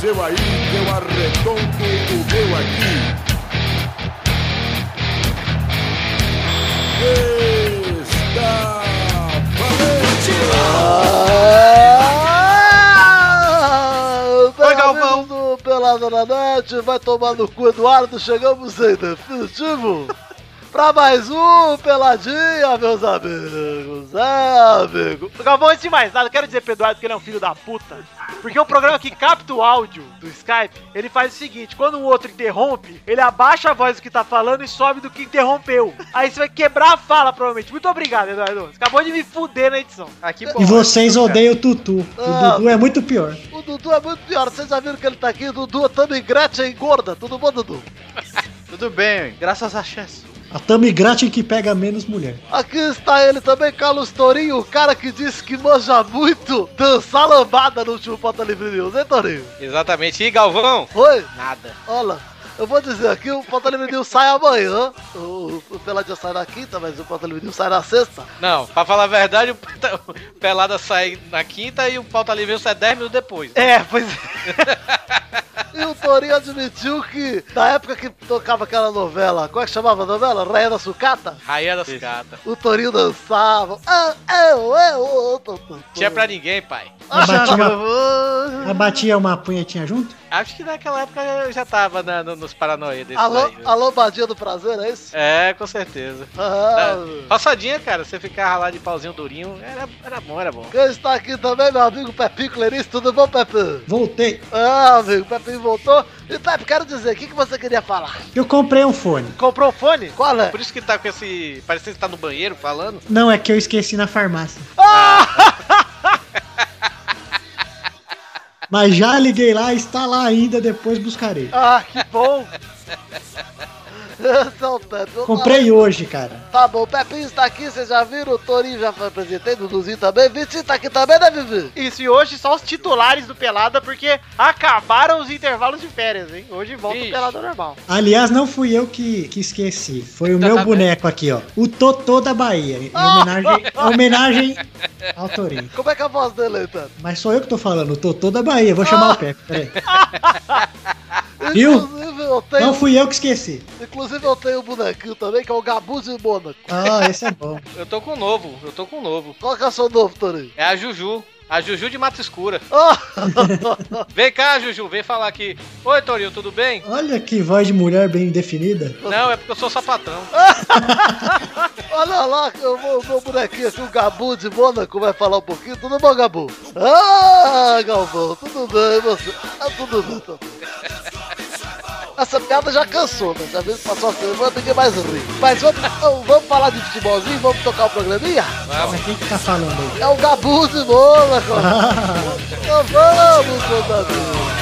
seu aí, eu arredondo o meu aqui. Está valente! Ah, Oi, Galvão. Pelada na net, vai tomar no cu, Eduardo. Chegamos em definitivo pra mais um Peladinha, meus amigos. É, amigo. Galvão, antes de mais nada, eu quero dizer pro Eduardo que ele é um filho da puta. Porque o programa que capta o áudio do Skype, ele faz o seguinte: quando o outro interrompe, ele abaixa a voz do que tá falando e sobe do que interrompeu. Aí você vai quebrar a fala, provavelmente. Muito obrigado, Eduardo. Você acabou de me fuder na edição. Aqui, é E vocês odeiam o Tutu. Ah. O Dudu é muito pior. O Dudu é muito pior. Vocês já viram que ele tá aqui? O Dudu é também Gretchen e gorda. Tudo bom, Dudu? Tudo bem, graças à chance. A Tami Gretchen que pega menos mulher. Aqui está ele também, Carlos Torinho, o cara que disse que manja muito dançar lambada no último Pauta Livre News, hein, Torinho? Exatamente. E Galvão? Oi? Nada. Olha, eu vou dizer aqui, o Pauta Livre News sai amanhã. O, o Peladinha sai na quinta, mas o Pauta Livre News sai na sexta. Não, pra falar a verdade, o Pata- o Pelada sai na quinta e o Pauta Livre sai 10 minutos depois. né? É, pois é. E o Torinho admitiu que, na época que tocava aquela novela, como é que chamava a novela? Rainha da Sucata? Rainha das Gatas. O Torinho dançava. Ah, eu, eu, eu, Tinha pra ninguém, pai. Ah, Ela batia uma, ela batia uma punhetinha junto? Acho que naquela época eu já tava na- no- nos paranoia desse Alô, daí. a lombadinha do prazer, é isso? É, com certeza. Ah, É, Passadinha, cara, você ficava lá de pauzinho durinho, era, era bom, era bom. Quem está aqui também, meu amigo Pepinho Clarice, tudo bom, Pepinho? Voltei. Ah, amigo, Pepinho voltou. E, Pepe, quero dizer, o que, que você queria falar? Eu comprei um fone. Comprou o fone? Qual é? Por isso que tá com esse. Parecendo que tá no banheiro falando. Não, é que eu esqueci na farmácia. Mas já liguei lá, está lá ainda, depois buscarei. Ah, que bom. Esse é o Pepe. Eu Comprei um. hoje, cara. falo, Tá bom, o Pepinho está aqui, vocês já viram, o Torinho já foi apresentei, o Duduzinho também, Vitinho está aqui também, né, Vivi? Isso, e hoje só os titulares do Pelada, porque acabaram os intervalos de férias, hein? Hoje volta Ixi. o Pelada normal. Aliás, não fui eu que, que esqueci. Foi o meu Tá boneco aqui, ó. O Totô da Bahia. Em homenagem, em homenagem ao Torinho. Como é que é a voz dele, então? Mas sou eu que tô falando, o Totô da Bahia. Vou chamar o Pepe, peraí. Viu? Inclusive, eu tenho, Não fui eu que esqueci. inclusive, eu tenho um bonequinho também, que é o Gabuz de Mônaco. Ah, esse é bom. Eu tô com o novo, eu tô com o novo. Qual que é o seu novo, Torinho? É a Juju. A Juju de Mata Escura. Ah, Vem cá, Juju, vem falar aqui. Oi, Torinho, tudo bem? Olha que voz de mulher bem definida. Não, é porque eu sou sapatão. Olha lá, eu vou- o meu bonequinho aqui, o Gabu de Mônaco, vai falar um pouquinho. Tudo bom, Gabu? Ah, Galvão, tudo bem, e você? Ah, tudo bem, tudo bem. Essa piada já cansou, né? Já vez passou a semana, ninguém mais ri. Mas vamos, vamos- vamos falar de futebolzinho, vamos tocar o programinha? Mas quem que tá falando aí? É o Gabu de Mônaco. Então vamos, meu Gabu.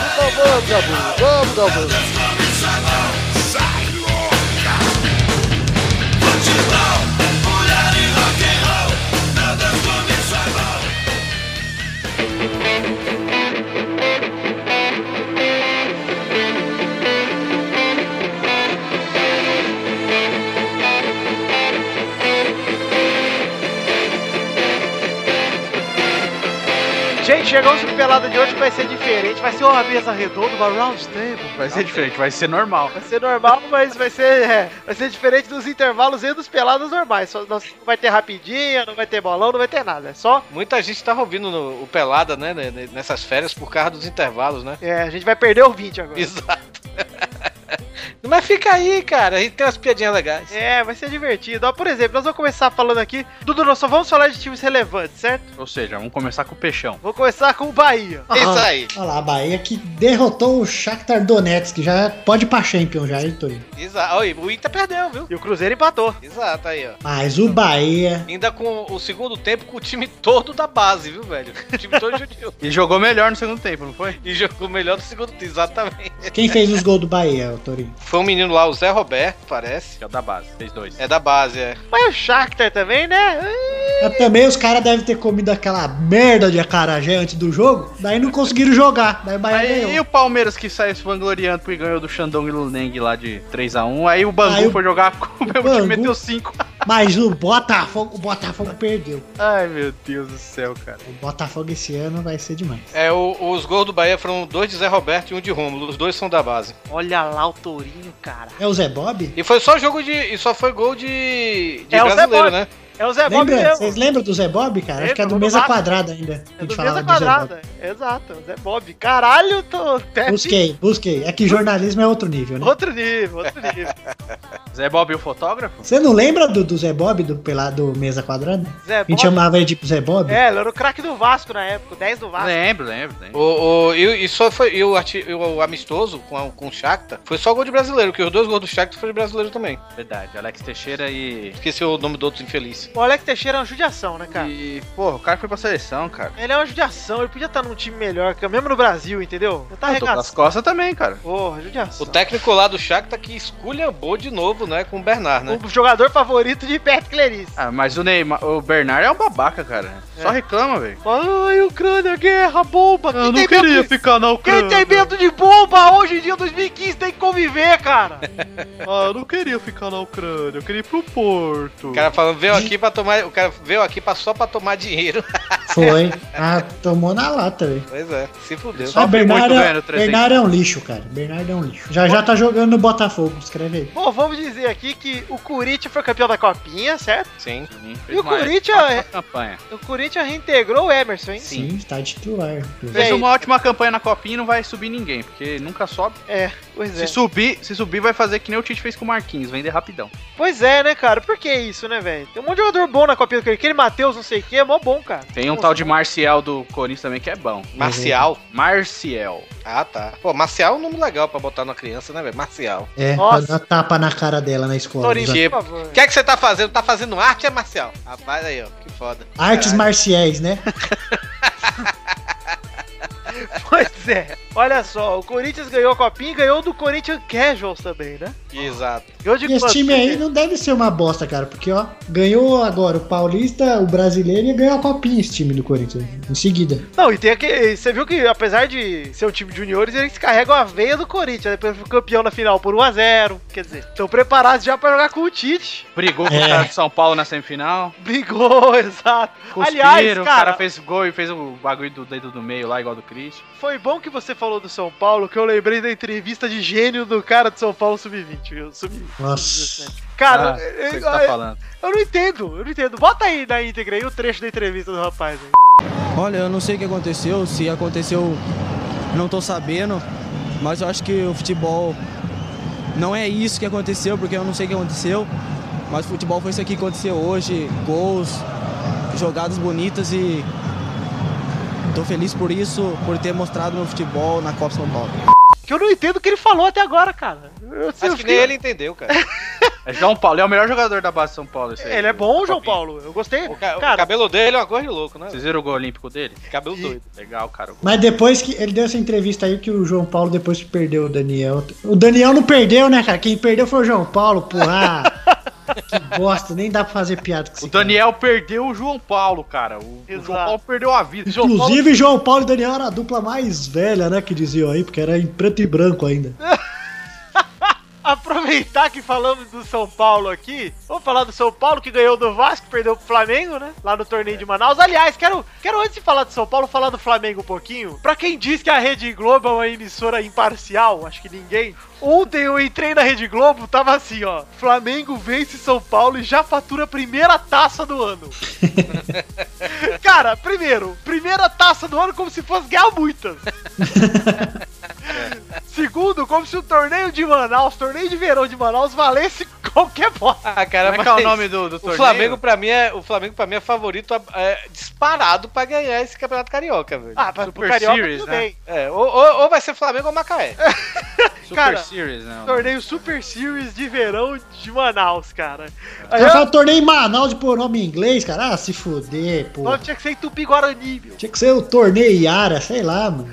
Então vamos, Gabu. Vamos, Gabu. Gente, chegamos pro Pelada de hoje que vai ser diferente. Vai ser uma mesa redonda, uma round table. Vai ser diferente, vai ser normal. Vai ser normal, mas vai ser, é, vai ser diferente dos intervalos e dos peladas normais. Só, não vai ter rapidinha, não vai ter bolão, não vai ter nada. É só. Muita gente tava ouvindo no- o Pelada, né, né, né, nessas férias por causa dos intervalos, né? É, a gente vai perder o 20 agora. Exato. Mas fica aí, cara, a gente tem umas piadinhas legais. É, vai ser divertido. Ó, por exemplo, nós vamos começar falando aqui. Dudu, nós só vamos falar de times relevantes, certo? Ou seja, vamos começar com o peixão. Vou começar com o Bahia. Isso aí, Olha lá, a Bahia que derrotou o Shakhtar Donetsk, que já pode ir pra Champion já, hein, Torinho? exato. Olha, o Inter perdeu, viu? E o Cruzeiro empatou. Exato, aí, ó. Mas o Bahia... Ainda com o segundo tempo com o time todo da base, viu, velho? O time todo judiu. E jogou melhor no segundo tempo, não foi? E jogou melhor do segundo tempo, exatamente. Quem fez os gols do Bahia, ô, Torinho? Foi um menino lá, o Zé Roberto, parece. Que é o da base, fez dois. É da base, é. Mas o Shakhtar também, né? Mas É também os caras devem ter comido aquela merda de acarajé antes do jogo, daí não conseguiram jogar, daí o Bahia Aí, e ganhou. o Palmeiras que saiu se vangloriando porque ganhou do Xandão e Luneng lá de 3x1. Aí o Bangu Aí o- foi jogar com o mesmo Bangu. time meteu 5. Mas o Botafogo, o Botafogo perdeu. Ai, meu Deus do céu, cara. O Botafogo esse ano vai ser demais. É, o- os gols do Bahia foram dois de Zé Roberto e um de Rômulo. Os dois são da base. Olha lá o Tourinho, cara. É o Zé Bob? E foi só jogo de. E só foi gol de. de É o Zé brasileiro, Bob. né? É o Zé Bob Lembra? mesmo. Vocês lembram do Zé Bob, cara? Acho que é Lembro, do do mesa Vasco. quadrada ainda. É A do gente mesa falava do Zé Bob. quadrada. Exato, Zé Bob. Caralho, tô até Busquei, busquei. É que jornalismo é outro nível, né? outro nível, outro nível. Zé Bob e o fotógrafo? Você não lembra do, do Zé Bob, do, pela, do Mesa Quadrada? Zé A gente Bob. chamava ele de Zé Bob? É, ele era o craque do Vasco na época, o 10 do Vasco. Lembro, lembro, lembro. O, o- e, e só foi. E o, arti- e o amistoso com, a- com o Shakhtar foi só gol de brasileiro, que os dois gols do Shakhtar foram de brasileiro também. Verdade, Alex Teixeira e. Esqueci o nome do outro infeliz. O Alex Teixeira é uma judiação, né, cara? E, porra, o cara foi pra seleção, cara. Ele é uma judiação, ele podia estar num time melhor, que- é mesmo no Brasil, entendeu? Ele tá Ah, tô arregaçando. nas costas também, cara. Porra, O judiação. técnico lá do Shakhtar que esculhambou de novo, né? Com o Bernard, né? O jogador favorito de Pet Clarice. Ah, mas o Neymar, o Bernard é um babaca, cara. Só É. reclama, velho. Ai, Ucrânia, guerra, bomba. Quem tem medo de- ficar na Quem tem medo de bomba hoje em dia, 2015, tem que conviver, cara. Ah, eu não queria ficar na Ucrânia, eu queria ir pro Porto. O cara falando, veio aqui pra tomar. O cara veio aqui pra, só pra tomar dinheiro. Foi. Ah, tomou na lata, velho. Pois é, se fudeu. Só Ah, Bernardo, muito é- ganhando 300. Bernardo é um lixo, cara. Bernardo é um lixo. Já já tá jogando no Botafogo, escreve aí. Bom, vamos dizer aqui que o Corinthians foi campeão da Copinha, certo? Sim. E o Corinthians, é- campanha. o Corinthians reintegrou o Emerson, hein? Sim, tá titular. inclusive. Fez Véi. uma ótima campanha na Copinha e não vai subir ninguém, porque nunca sobe. É, pois é. Se subir, se subir vai fazer que nem o Tite fez com o Marquinhos, vender rapidão. Pois é, né, cara? Por que isso, né, velho? Tem um monte de jogador bom na Copinha do Corinthians. Aquele Matheus, não sei o que, é mó bom, cara. Tem um tal de Marcial do Corinthians também que é bom. Marcial. Marcial. Ah, tá. Pô, Marcial é um nome legal pra botar numa criança, né, velho? Marcial. É, Nossa. pra dar tapa na cara dela na escola. Torinho, Exato. Que- por favor. O que é que você tá fazendo? Tá fazendo arte, é Marcial? Rapaz, aí, ó, que foda. Artes marciais, né? Pois é. Olha só, o Corinthians ganhou a Copinha e ganhou do Corinthians Casuals também, né? Exato. Ganhou de E esse quanto, time aí né? não deve ser uma bosta, cara, porque ó, ganhou agora o Paulista, o Brasileiro e ganhou a Copinha esse time do Corinthians, em seguida. Não, e tem aquele. Você viu que, apesar de ser um time de juniores, eles carregam a veia do Corinthians. Depois foi campeão na final por 1x0. Quer dizer, estão preparados já pra jogar com o Tite. Brigou com o É. cara de São Paulo na semifinal. Brigou, exato. Cuspiram, Aliás, cara, o cara fez gol e fez o bagulho do dedo do meio lá, igual do Cris. foi bom que você falou do São Paulo, que eu lembrei da entrevista de gênio do cara do São Paulo Sub-20. viu? Sub Nossa. cara, Ah, sei eu, o que eu- você tá falando. eu não entendo, eu não entendo. Bota aí na íntegra aí o trecho da entrevista do rapaz aí. Olha, eu não sei o que aconteceu, se aconteceu, não tô sabendo, mas eu acho que o futebol não é isso que aconteceu, porque eu não sei o que aconteceu, mas o futebol foi isso aqui que aconteceu hoje, gols, jogadas bonitas e tô feliz por isso, por ter mostrado meu futebol na Copa São Paulo. Que eu não entendo o que ele falou até agora, cara. Eu, Acho eu que fiquei- nem ele entendeu, cara. É João Paulo, ele é o melhor jogador da base de São Paulo. esse aí, Ele é o bom, João Copinha. Paulo. Eu gostei. O, ca- o cara, cabelo dele é uma coisa de louco, né? Vocês viram o gol olímpico dele? Cabelo doido. Legal, cara. Mas depois que ele deu essa entrevista aí que o João Paulo depois que perdeu o Daniel. O Daniel não perdeu, né, cara? Quem perdeu foi o João Paulo, porra. que bosta, nem dá pra fazer piada com O esse cara. Daniel perdeu o João Paulo, cara. O, o Exato. João Paulo perdeu a vida. O João Paulo- Inclusive, João Paulo e Daniel era a dupla mais velha, né? Que diziam aí, porque era em preto e branco ainda. É, aproveitar que falamos do São Paulo aqui, vamos falar do São Paulo que ganhou do Vasco, perdeu pro Flamengo, né? Lá no torneio de Manaus. Aliás, quero, quero antes de falar do São Paulo, falar do Flamengo um pouquinho. Pra quem diz que a Rede Globo é uma emissora imparcial, acho que ninguém. Ontem eu entrei na Rede Globo, tava assim, ó. Flamengo vence São Paulo e já fatura a primeira taça do ano. Cara, primeiro, primeira taça do ano como se fosse ganhar muitas. Segundo, como se o torneio de Manaus, torneio de verão de Manaus, valesse qualquer bosta. Ah, cara, Como é que é o nome do, do O torneio? Flamengo, pra mim, é, o Flamengo, pra mim, é favorito é, disparado pra ganhar esse campeonato carioca, velho. Ah, para Super pro Carioca Series, tudo né? bem. É, ou, ou- ou vai ser Flamengo ou Macaé. É. Super cara, Series, né? Torneio Super Series de verão de Manaus, cara. é. Aí, Já ó, foi o torneio em Manaus de pôr nome em inglês, cara. Ah, se fuder, o pô. nome tinha que ser em Tupi-Guarani, meu. Tinha que ser o torneio Iara, sei lá, mano.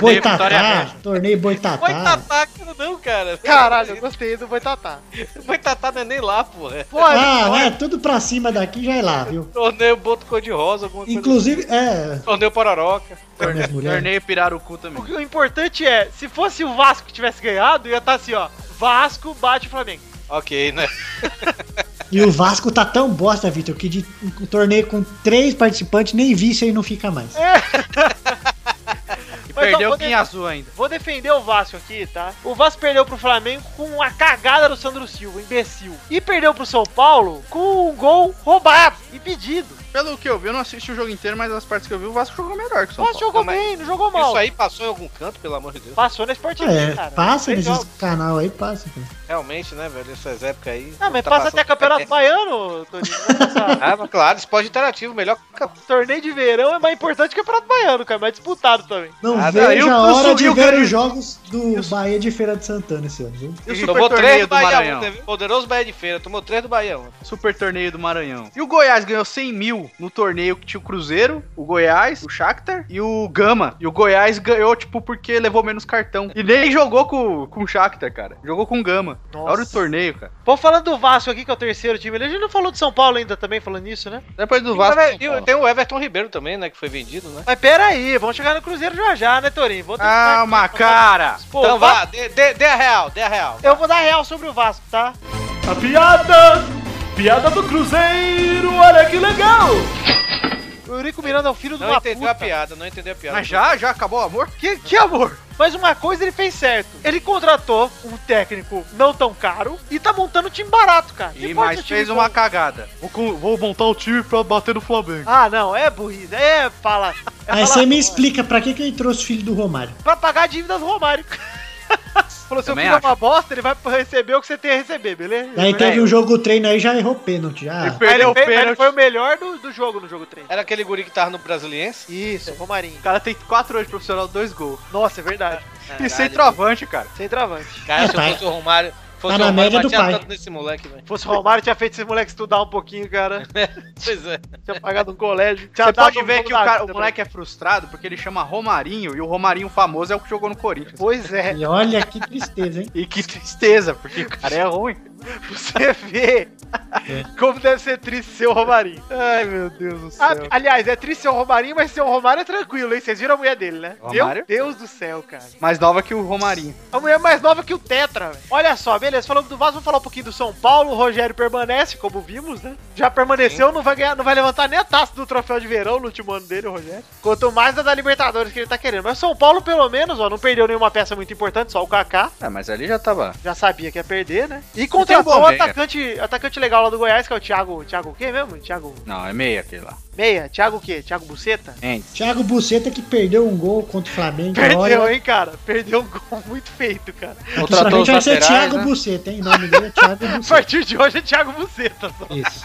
Boitatá, Vitória. torneio Foi Boitatá. Tatá, cara, não, cara. Ah. Caralho, eu gostei do Boitatá. Foi Tatá, não é nem lá, porra. Pô, Ah, né? Tudo pra cima daqui já é lá, viu? Torneio Boto Cor-de-Rosa, alguma coisa. assim. Inclusive, é. Torneio Pororoca. pra minhas mulheres. Torneio Pirarucu também. o, que- o importante é, se fosse o tá Vasco que tivesse ganhado, ia estar assim, ó. Vasco bate o Flamengo. Ok, né? E o Vasco tá tão bosta, Vitor, que de um torneio com três participantes, nem vice aí não fica mais. E Mas perdeu vamos é o Kim tentar. Azul ainda. Vou defender o Vasco aqui, tá? O Vasco perdeu pro Flamengo com uma cagada do Sandro Silva, imbecil. E perdeu pro São Paulo com um gol roubado e pedido. Pelo que eu vi, eu não assisti o jogo inteiro, mas as partes que eu vi, o Vasco jogou melhor que o O São Vasco Paulo. jogou mas bem, não jogou mal. Isso aí passou em algum canto, pelo amor de Deus. Passou na Sport TV, É, cara. passa Fez nesses jogo. canal aí, passa. cara. Realmente, né, velho? Essas épocas aí. Ah, mas tá passa até passando- campeonato baiano, Toninho. Vai passar. Ah, mas claro, esporte interativo, melhor campeonato. Torneio de verão é mais importante que o campeonato baiano, cara. Mais disputado também. Não Ah, vejo daí o- a o hora de Sul- ver o- os jogos do Bahia de Feira de Santana esse ano, viu? E o Tomou três Super Torneio do do Bahia Maranhão. ontem, viu? Poderoso Bahia de Feira, tomou três do Bahia ontem. Super torneio do Maranhão. E o Goiás ganhou 100 mil no torneio que tinha o Cruzeiro, o Goiás, o Shakhtar e o Gama. E o Goiás ganhou, tipo, porque levou menos cartão. E nem jogou com, com o Shakhtar, cara. Jogou com o Gama. Nossa. Olha o torneio, cara. Bom, falando do Vasco aqui, que é o terceiro time, a gente não falou do São Paulo ainda também, falando nisso, né? Depois do Vasco, Vasco. São Paulo. tem o Everton Ribeiro também, né? Que foi vendido, né? Mas pera aí, vamos chegar no Cruzeiro já já, né, Torinho? Vou terminar aqui. Calma, Ah, cara! Pô, então o Vasco- vá, dê, dê- dê a real, dê a real. Eu vou dar real sobre o Vasco, tá? A piada! Piada do Cruzeiro, olha que legal! O Eurico Miranda é o filho do Não uma entendeu a puta. piada, não entendeu a piada. Mas já, já acabou o amor? Que, que amor! Mas uma coisa ele fez certo. Ele contratou um técnico não tão caro e tá montando um time barato, cara. Não E importa mais o time fez bom. uma cagada. Vou, co- vou montar um o time pra bater no Flamengo. Ah, não, é burrice. É fala. É Aí fala- você me explica pra que, que ele trouxe o filho do Romário. Pra pagar a dívida do Romário. Falou, se eu Também fizer acho. uma bosta, ele vai receber o que você tem a receber, beleza? Daí teve o jogo treino aí, já errou pênalti. Já. Ele Mas ele, perdeu o fez- mas ele pênalti. foi o melhor do, do jogo no jogo 3. Era aquele guri que tava no Brasiliense? Isso, é Romarinho. O cara tem quatro anos de profissional, dois gols. Nossa, é verdade. E centroavante, cara. Sem travante. Cara, É, se tá- eu fosse o Romário, fosse na o Romário, média do batia pai. tanto nesse moleque, velho. Se fosse o Romário, tinha feito esse moleque estudar um pouquinho, cara. Pois é. Tinha pagado um colégio. Tinha Você dado pode um ver jogo que o, da cara- vida o moleque é frustrado porque ele chama Romarinho e o Romarinho famoso é o que jogou no pra ele. Corinthians. Pois é. E olha que tristeza, hein? E que tristeza, porque o cara é ruim. Você vê como deve ser triste ser o Romarinho. Ai, meu Deus do Ah, aliás, é triste ser o Romarinho, mas ser o Romário é tranquilo, hein? Vocês viram a mulher dele, né? Meu Romário? Deus do céu, cara. Mais nova que o Romarinho. A mulher é mais nova que o Tetra, velho. Olha só, beleza. Falamos do Vasco, vamos falar um pouquinho do São Paulo. O Rogério permanece, como vimos, né? Já permaneceu, não vai ganhar, não vai levantar nem a taça do troféu de verão no último ano dele, o Rogério. Quanto mais a da Libertadores que ele tá querendo. Mas São Paulo, pelo menos, ó, não perdeu nenhuma peça muito importante, só o Kaká. Ah, mas ali já tava. Já sabia que ia perder, né? E E contratou tem o o Bombenga. atacante, atacante legal lá do Goiás, que é o Thiago. Thiago o quê mesmo? Thiago Não, é meia aquele lá. Meia? Thiago o quê? Thiago Buceta? Thiago Buceta que perdeu um gol contra o Flamengo. Perdeu, olha, hein, cara? Perdeu um gol muito feito, cara. Contratou os vai ser laterais, Thiago né? Buceta, hein? O nome dele é Thiago A Buceta. partir de hoje é Thiago Buceta. só. Isso.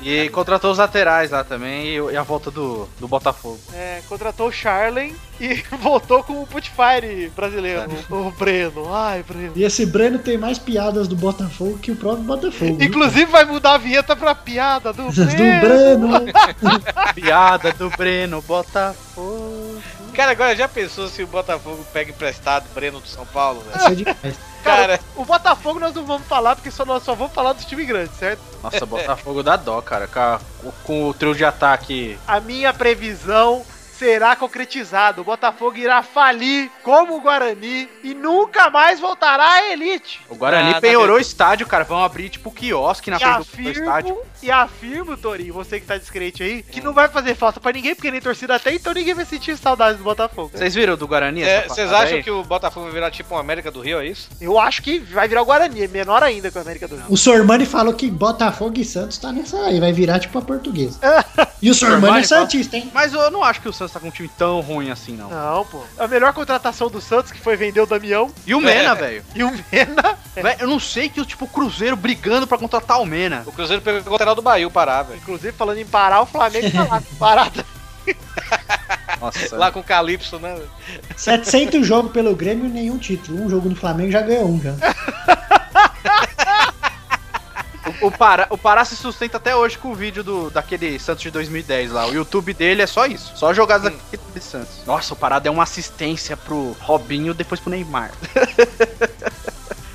E contratou os laterais lá também e, e a volta do, do Botafogo. É, contratou o Charlen e voltou com o Putfire brasileiro, o o Breno. Ai, Breno. E esse Breno tem mais piadas do Botafogo que o próprio Botafogo. viu? Inclusive vai mudar a vinheta pra piada do do Breno. Breno. Piada do Breno, Botafogo. Cara, agora já pensou se o Botafogo pega emprestado o Breno do São Paulo, velho? Isso é demais. Cara, O Botafogo nós não vamos falar, porque só, nós só vamos falar dos times grandes, certo? Nossa, Botafogo dá dó, cara. Com, a- com- com o trio de ataque. A minha previsão será concretizada. O Botafogo irá falir como o Guarani e nunca mais voltará à elite. O Guarani Nada penhorou a o estádio, cara. Vão abrir tipo quiosque na E frente do- do afirmo, estádio. e afirmo, Torinho, você que tá descrente aí, que não vai fazer falta pra ninguém, porque nem torcida tem, então ninguém vai sentir saudades do Botafogo. Vocês viram do Guarani? essa é, vocês parada acham aí? que o Botafogo vai virar tipo um América do Rio, é isso? Eu acho que vai virar o Guarani, é menor ainda que o América do Sul. O Sormani falou que Botafogo e Santos tá nessa aí, vai virar tipo a portuguesa. E o Sormani é Sormani, fala. Santista, hein? Mas eu não acho que o Santos tá com um time tão ruim assim, não. Não, pô. A melhor contratação do Santos, que foi vender o Damião E o Mena, velho. e o Mena. Velho, Eu não sei que o tipo o Cruzeiro brigando pra contratar o Mena. O Cruzeiro pegou o lateral do Bahia, o Pará, velho. Inclusive, falando em parar, o Flamengo tá lá, parado. Nossa. Lá com o Calypso, né? velho? 700 jogos pelo Grêmio, nenhum título. Um jogo no Flamengo já ganhou um já. O, o Pará, o Pará se sustenta até hoje com o vídeo do, daquele Santos de 2010 lá. O YouTube dele é só isso. Só jogadas daquele de Santos. Nossa, o Pará deu uma assistência pro Robinho, depois pro Neymar.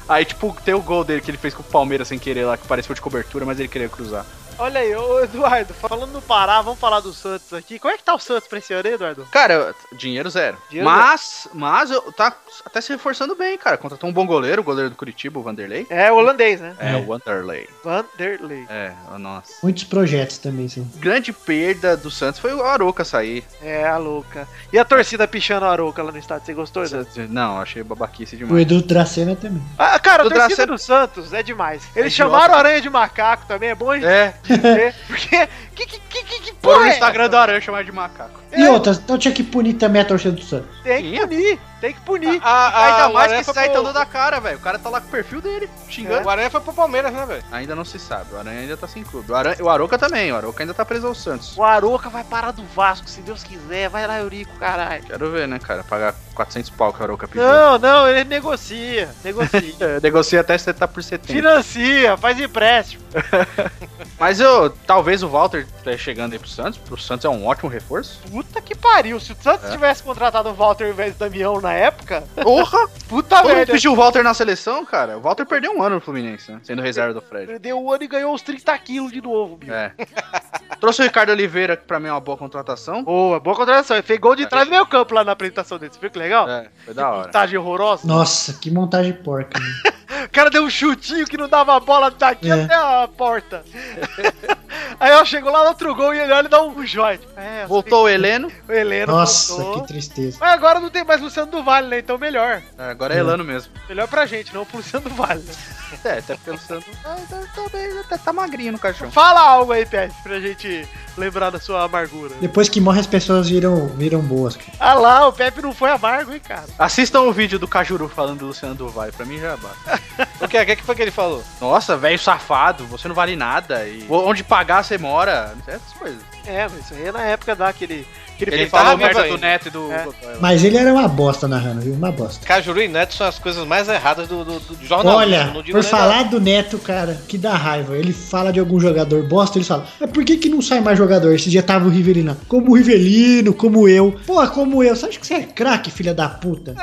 Aí, tipo, tem o gol dele que ele fez com o Palmeiras sem querer lá, que pareceu de cobertura, mas ele queria cruzar. Olha aí, ô Eduardo, falando no Pará, vamos falar do Santos aqui. Como é que tá o Santos pra esse ano, hein, Eduardo? Cara, dinheiro zero. Dinheiro mas, mas eu- tá até se reforçando bem, cara. Contratou um bom goleiro, o goleiro do Curitiba, o Vanderlei. É holandês, né? É, o Wanderlei. Vanderlei. É, o nossa. Muitos projetos também são. Grande perda do Santos foi o Aroca sair. É, a louca. E a torcida pichando a Arouca lá no estádio, você gostou, Eduardo? Não, achei babaquice O demais. Edu Dracena também. Ah, cara, a Do torcida Dracena- do Santos é demais. Eles É chamaram a Aranha de macaco também, é bom a gente É, dizer. Porque, que, que, que, que, que foram porra no é Instagram do Aranha chamar de macaco. E outras, então tinha que punir também a torcida do Santos. essa? Tem que punir, tem que punir. Ainda mais que foi sai pro- tá dando da cara, velho. O cara tá lá com o perfil dele, xingando. O Aranha foi pro Palmeiras, né, velho? É. Ainda não se sabe, o Aranha ainda tá sem clube. O, Aranha, o Aroca também, o Aroca ainda tá preso ao Santos. ah. O Aroca vai parar do Vasco, se Deus quiser. Vai lá, Eurico, caralho. Quero ver, né, cara? Pagar 400 pau que o Aroca pediu. Não, não, ele negocia, negocia. É, negocia até 70 por 70. Financia, faz empréstimo. Mas eu, talvez o Walter esteja chegando aí pro Santos. Pro Santos é um ótimo reforço. Puta que pariu. Se o Santos É. tivesse contratado o Walter ao invés do Damião na época, Porra! puta Todo mundo merda. pediu o Walter na seleção, cara. O Walter perdeu um ano no Fluminense, né? Sendo reserva do Fred. Perdeu o um ano e ganhou os 30 quilos de novo, bicho. É. Trouxe o Ricardo Oliveira, que pra mim é uma boa contratação. Boa, boa contratação. Ele fez gol de trás do meio campo lá na apresentação dele. Você viu que legal? É, foi da hora. Montagem horrorosa. Nossa, que montagem porca. né? O cara deu um chutinho que não dava a bola daqui É. até a porta. Aí eu chego lá no outro gol e ele olha e dá um joinha. É, eu Voltou o Heleno. sei que o Heleno. Nossa, voltou. que tristeza. Mas agora não tem mais Luciano do Vale, né? Então melhor. É, agora é Elano mesmo. Melhor pra gente, não pro Luciano do Vale. né? É, até pensando. Ah, tá- talvez até tá magrinho no caixão. Fala algo aí, Pet, pra gente lembrar da sua amargura. Depois que morre as pessoas viram, viram boas. cara. Ah lá, o Pepe não foi amargo, hein, cara? Assistam o vídeo do Cajuru falando do Luciano Duval, pra mim já basta. O que, o que que foi que ele falou? Nossa, velho safado, você não vale nada. E onde pagar você mora. Essas coisas. É, mas isso aí é na época daquele. aquele Ele Ele tava falou vivo merda ainda. do Neto e do. É. do- Mas ele era uma bosta narrando, viu? Uma bosta. Cajuru e Neto são as coisas mais erradas do, do, do jornalismo. Olha, não digo por nem falar do Neto, cara, que dá raiva. Ele fala de algum jogador bosta, ele fala, mas por que que não sai mais jogador? Esse dia tava o Rivelino. lá. Como o Rivelino, como eu. Porra, como eu. Você acha que você é craque, filha da puta?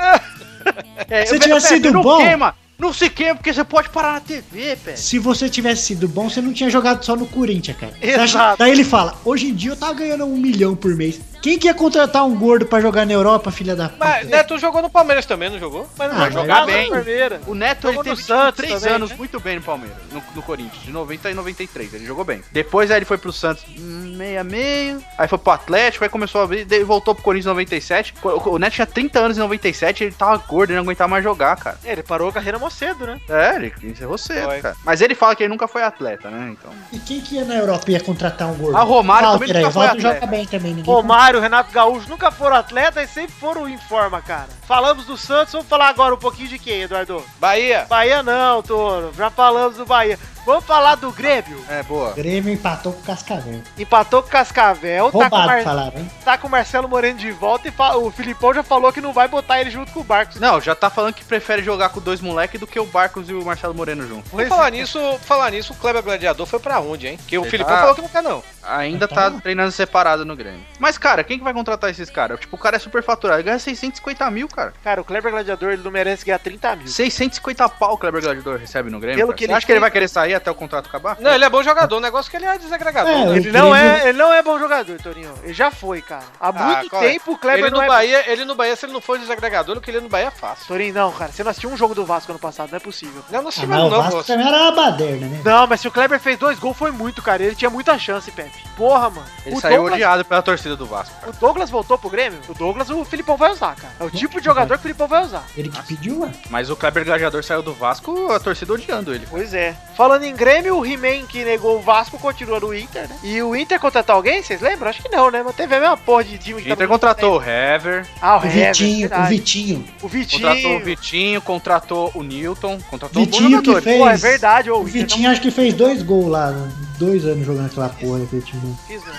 É, Se eu- tivesse Pepe, sido não bom- Queima, não se queima, porque você pode parar na TV, pé. Se você tivesse sido bom, você não tinha jogado só no Corinthians, cara. Você Exato. acha- Daí ele fala, hoje em dia eu tava ganhando um milhão por mês. Quem que ia contratar um gordo pra jogar na Europa, filha da puta? Mas né, Neto jogou no Palmeiras também, não jogou? Mas não Ah, vai mas jogar joga bem. bem. Primeira. O Neto ele Jogou teve no tipo, Santos três também, anos né? muito bem no Palmeiras, no, no Corinthians, de 90 e 93. Ele jogou bem. Depois aí ele foi pro Santos hum, meio a meio. Aí foi pro Atlético, aí começou a vir, daí voltou pro Corinthians em 97. O, o- o Neto tinha 30 anos em 97, ele tava gordo, ele não aguentava mais jogar, cara. É, ele parou a carreira mó cedo, né? É, ele encerrou cedo, Foi. cara. Mas ele fala que ele nunca foi atleta, né? Então. E quem que ia na Europa e ia contratar um gordo? Ah, Romário Walter também nunca aí, foi Walter joga atleta. bem também. Ninguém Romário, Renato Gaúcho nunca foram atleta e sempre foram em forma, cara. Falamos do Santos, vamos falar agora um pouquinho de quem, Eduardo? Bahia. Bahia não, Toro. Já falamos do Bahia. Vamos falar do Grêmio. É, boa. O Grêmio empatou com o Cascavel. Empatou com o Cascavel, tá com, o Roubado, Mar- falaram, hein? tá com o Marcelo Moreno de volta e fa- o Filipão já falou que não vai botar ele junto com o Barcos. Não, já tá falando que prefere jogar com dois moleques do que o Barcos e o Marcelo Moreno junto. Por falar nisso, falar nisso, o Kleber Gladiador foi pra onde, hein? Porque o Sei Filipão lá. falou que não quer, não. Ainda Tá. tá treinando separado no Grêmio. Mas, cara, quem que vai contratar esses caras? Tipo, o cara é super faturado. Ele ganha 650 mil, cara. Cara, o Kleber Gladiador, ele não merece ganhar 30 mil. 650 pau o Kleber Gladiador recebe no Grêmio. Pelo cara. que Você ele acha que ele fez- vai querer sair até o contrato acabar? Não, ele é bom jogador, o negócio é que ele é desagregador. É, né? o Ele não, Grêmio- é, ele não é bom jogador, Torinho. Ele já foi, cara. Há muito qual é? tempo o Kleber Ele no, não é Bahia, ele no Bahia, se ele não for desagregador, o que ele no Bahia é fácil. Torinho, não, cara. Você não assistiu um jogo do Vasco ano passado, não é possível. Não, não se Ah, ah, mas não, o não, Vasco moço. também era uma baderna, né? Não, mas se o Kleber fez dois gols, foi muito, cara. Ele tinha muita chance, Pepe. Porra, mano. Ele o saiu Douglas, odiado pela torcida do Vasco. O Douglas voltou pro Grêmio? O Douglas o Filipão vai usar, cara. É o tipo de jogador que o Filipão vai usar. Ele que pediu, ué. Mas o Kleber Gladiador saiu do Vasco, a torcida odiando ele. Pois é. Falando em Grêmio, o He-Man que negou o Vasco continua no Inter, né? E o Inter contratar alguém, vocês lembram? Acho que não, né? Mas teve a mesma porra de time O que Inter todo mundo contratou o Hever, tem. Ah, o, O Hever, Vitinho, o verdade. Vitinho. o Vitinho. contratou o Vitinho, contratou o Newton, contratou um bom Vitinho que jogador. fez. Pô, é verdade, ô, O o é Inter Vitinho acho que fez dois gols lá, né? dois anos jogando aquela porra daquele time. não fez, né?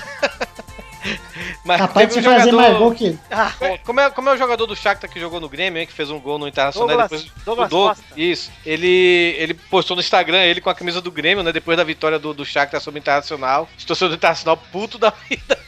Mas Capaz de teve você um fazer jogador- mais gol que ele. Ah, Como é, como é o jogador do Shakhtar que jogou no Grêmio, hein, que fez um gol no Internacional Douglas- e depois Douglas mudou. Costa. Isso. Ele, ele postou no Instagram ele com a camisa do Grêmio, né? Depois da vitória do, do Shakhtar sobre o Internacional. Os torcedores do Internacional puto da vida.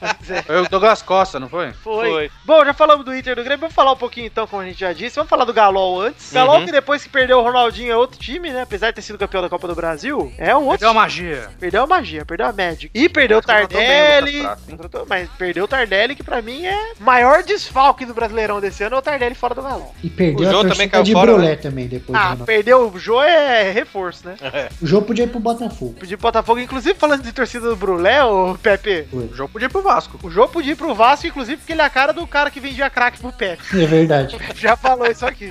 Mas é. Foi o Douglas Costa, não foi? Foi. Foi. Bom, já falamos do Inter e do Grêmio. Vamos falar um pouquinho então, como a gente já disse. Vamos falar do Galol antes. Galol, Uhum. que depois que perdeu o Ronaldinho, é outro time, né? Apesar de ter sido campeão da Copa do Brasil, é um outro Deu a magia. Perdeu a magia, perdeu a Magic. E perdeu o contratou bem Tardelli. o Lucas Prato, hein? Contratou, Mas perdeu o Tardelli, que pra mim é o maior desfalque do Brasileirão desse ano, é o Tardelli fora do Galol. E perdeu O a Jô também torcida caiu de fora, Brolé também depois. Ah, do Ronaldo. perdeu o Jô é reforço, né? o jogo podia ir pro Botafogo. Pedir pro Botafogo, inclusive falando de torcida do Brulé, ô Pepe. O jogo podia ir pro Vasco. O Jô podia ir pro Vasco, inclusive, porque ele é a cara do cara que vendia crack pro Pepe. É verdade. Já falou isso aqui.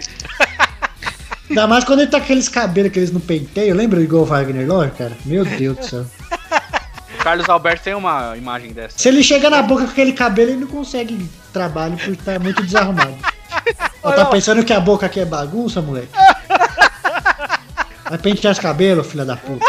Ainda mais quando ele tá com aqueles cabelos que eles não penteiam. Lembra igual o Wagner Love, cara? Meu Deus do céu. O Carlos Alberto tem uma imagem dessa. Se ele chega na boca com aquele cabelo, ele não consegue trabalho por estar muito desarrumado. Ó, tá pensando que a boca aqui é bagunça, moleque? Vai pentear os cabelos, filha da puta.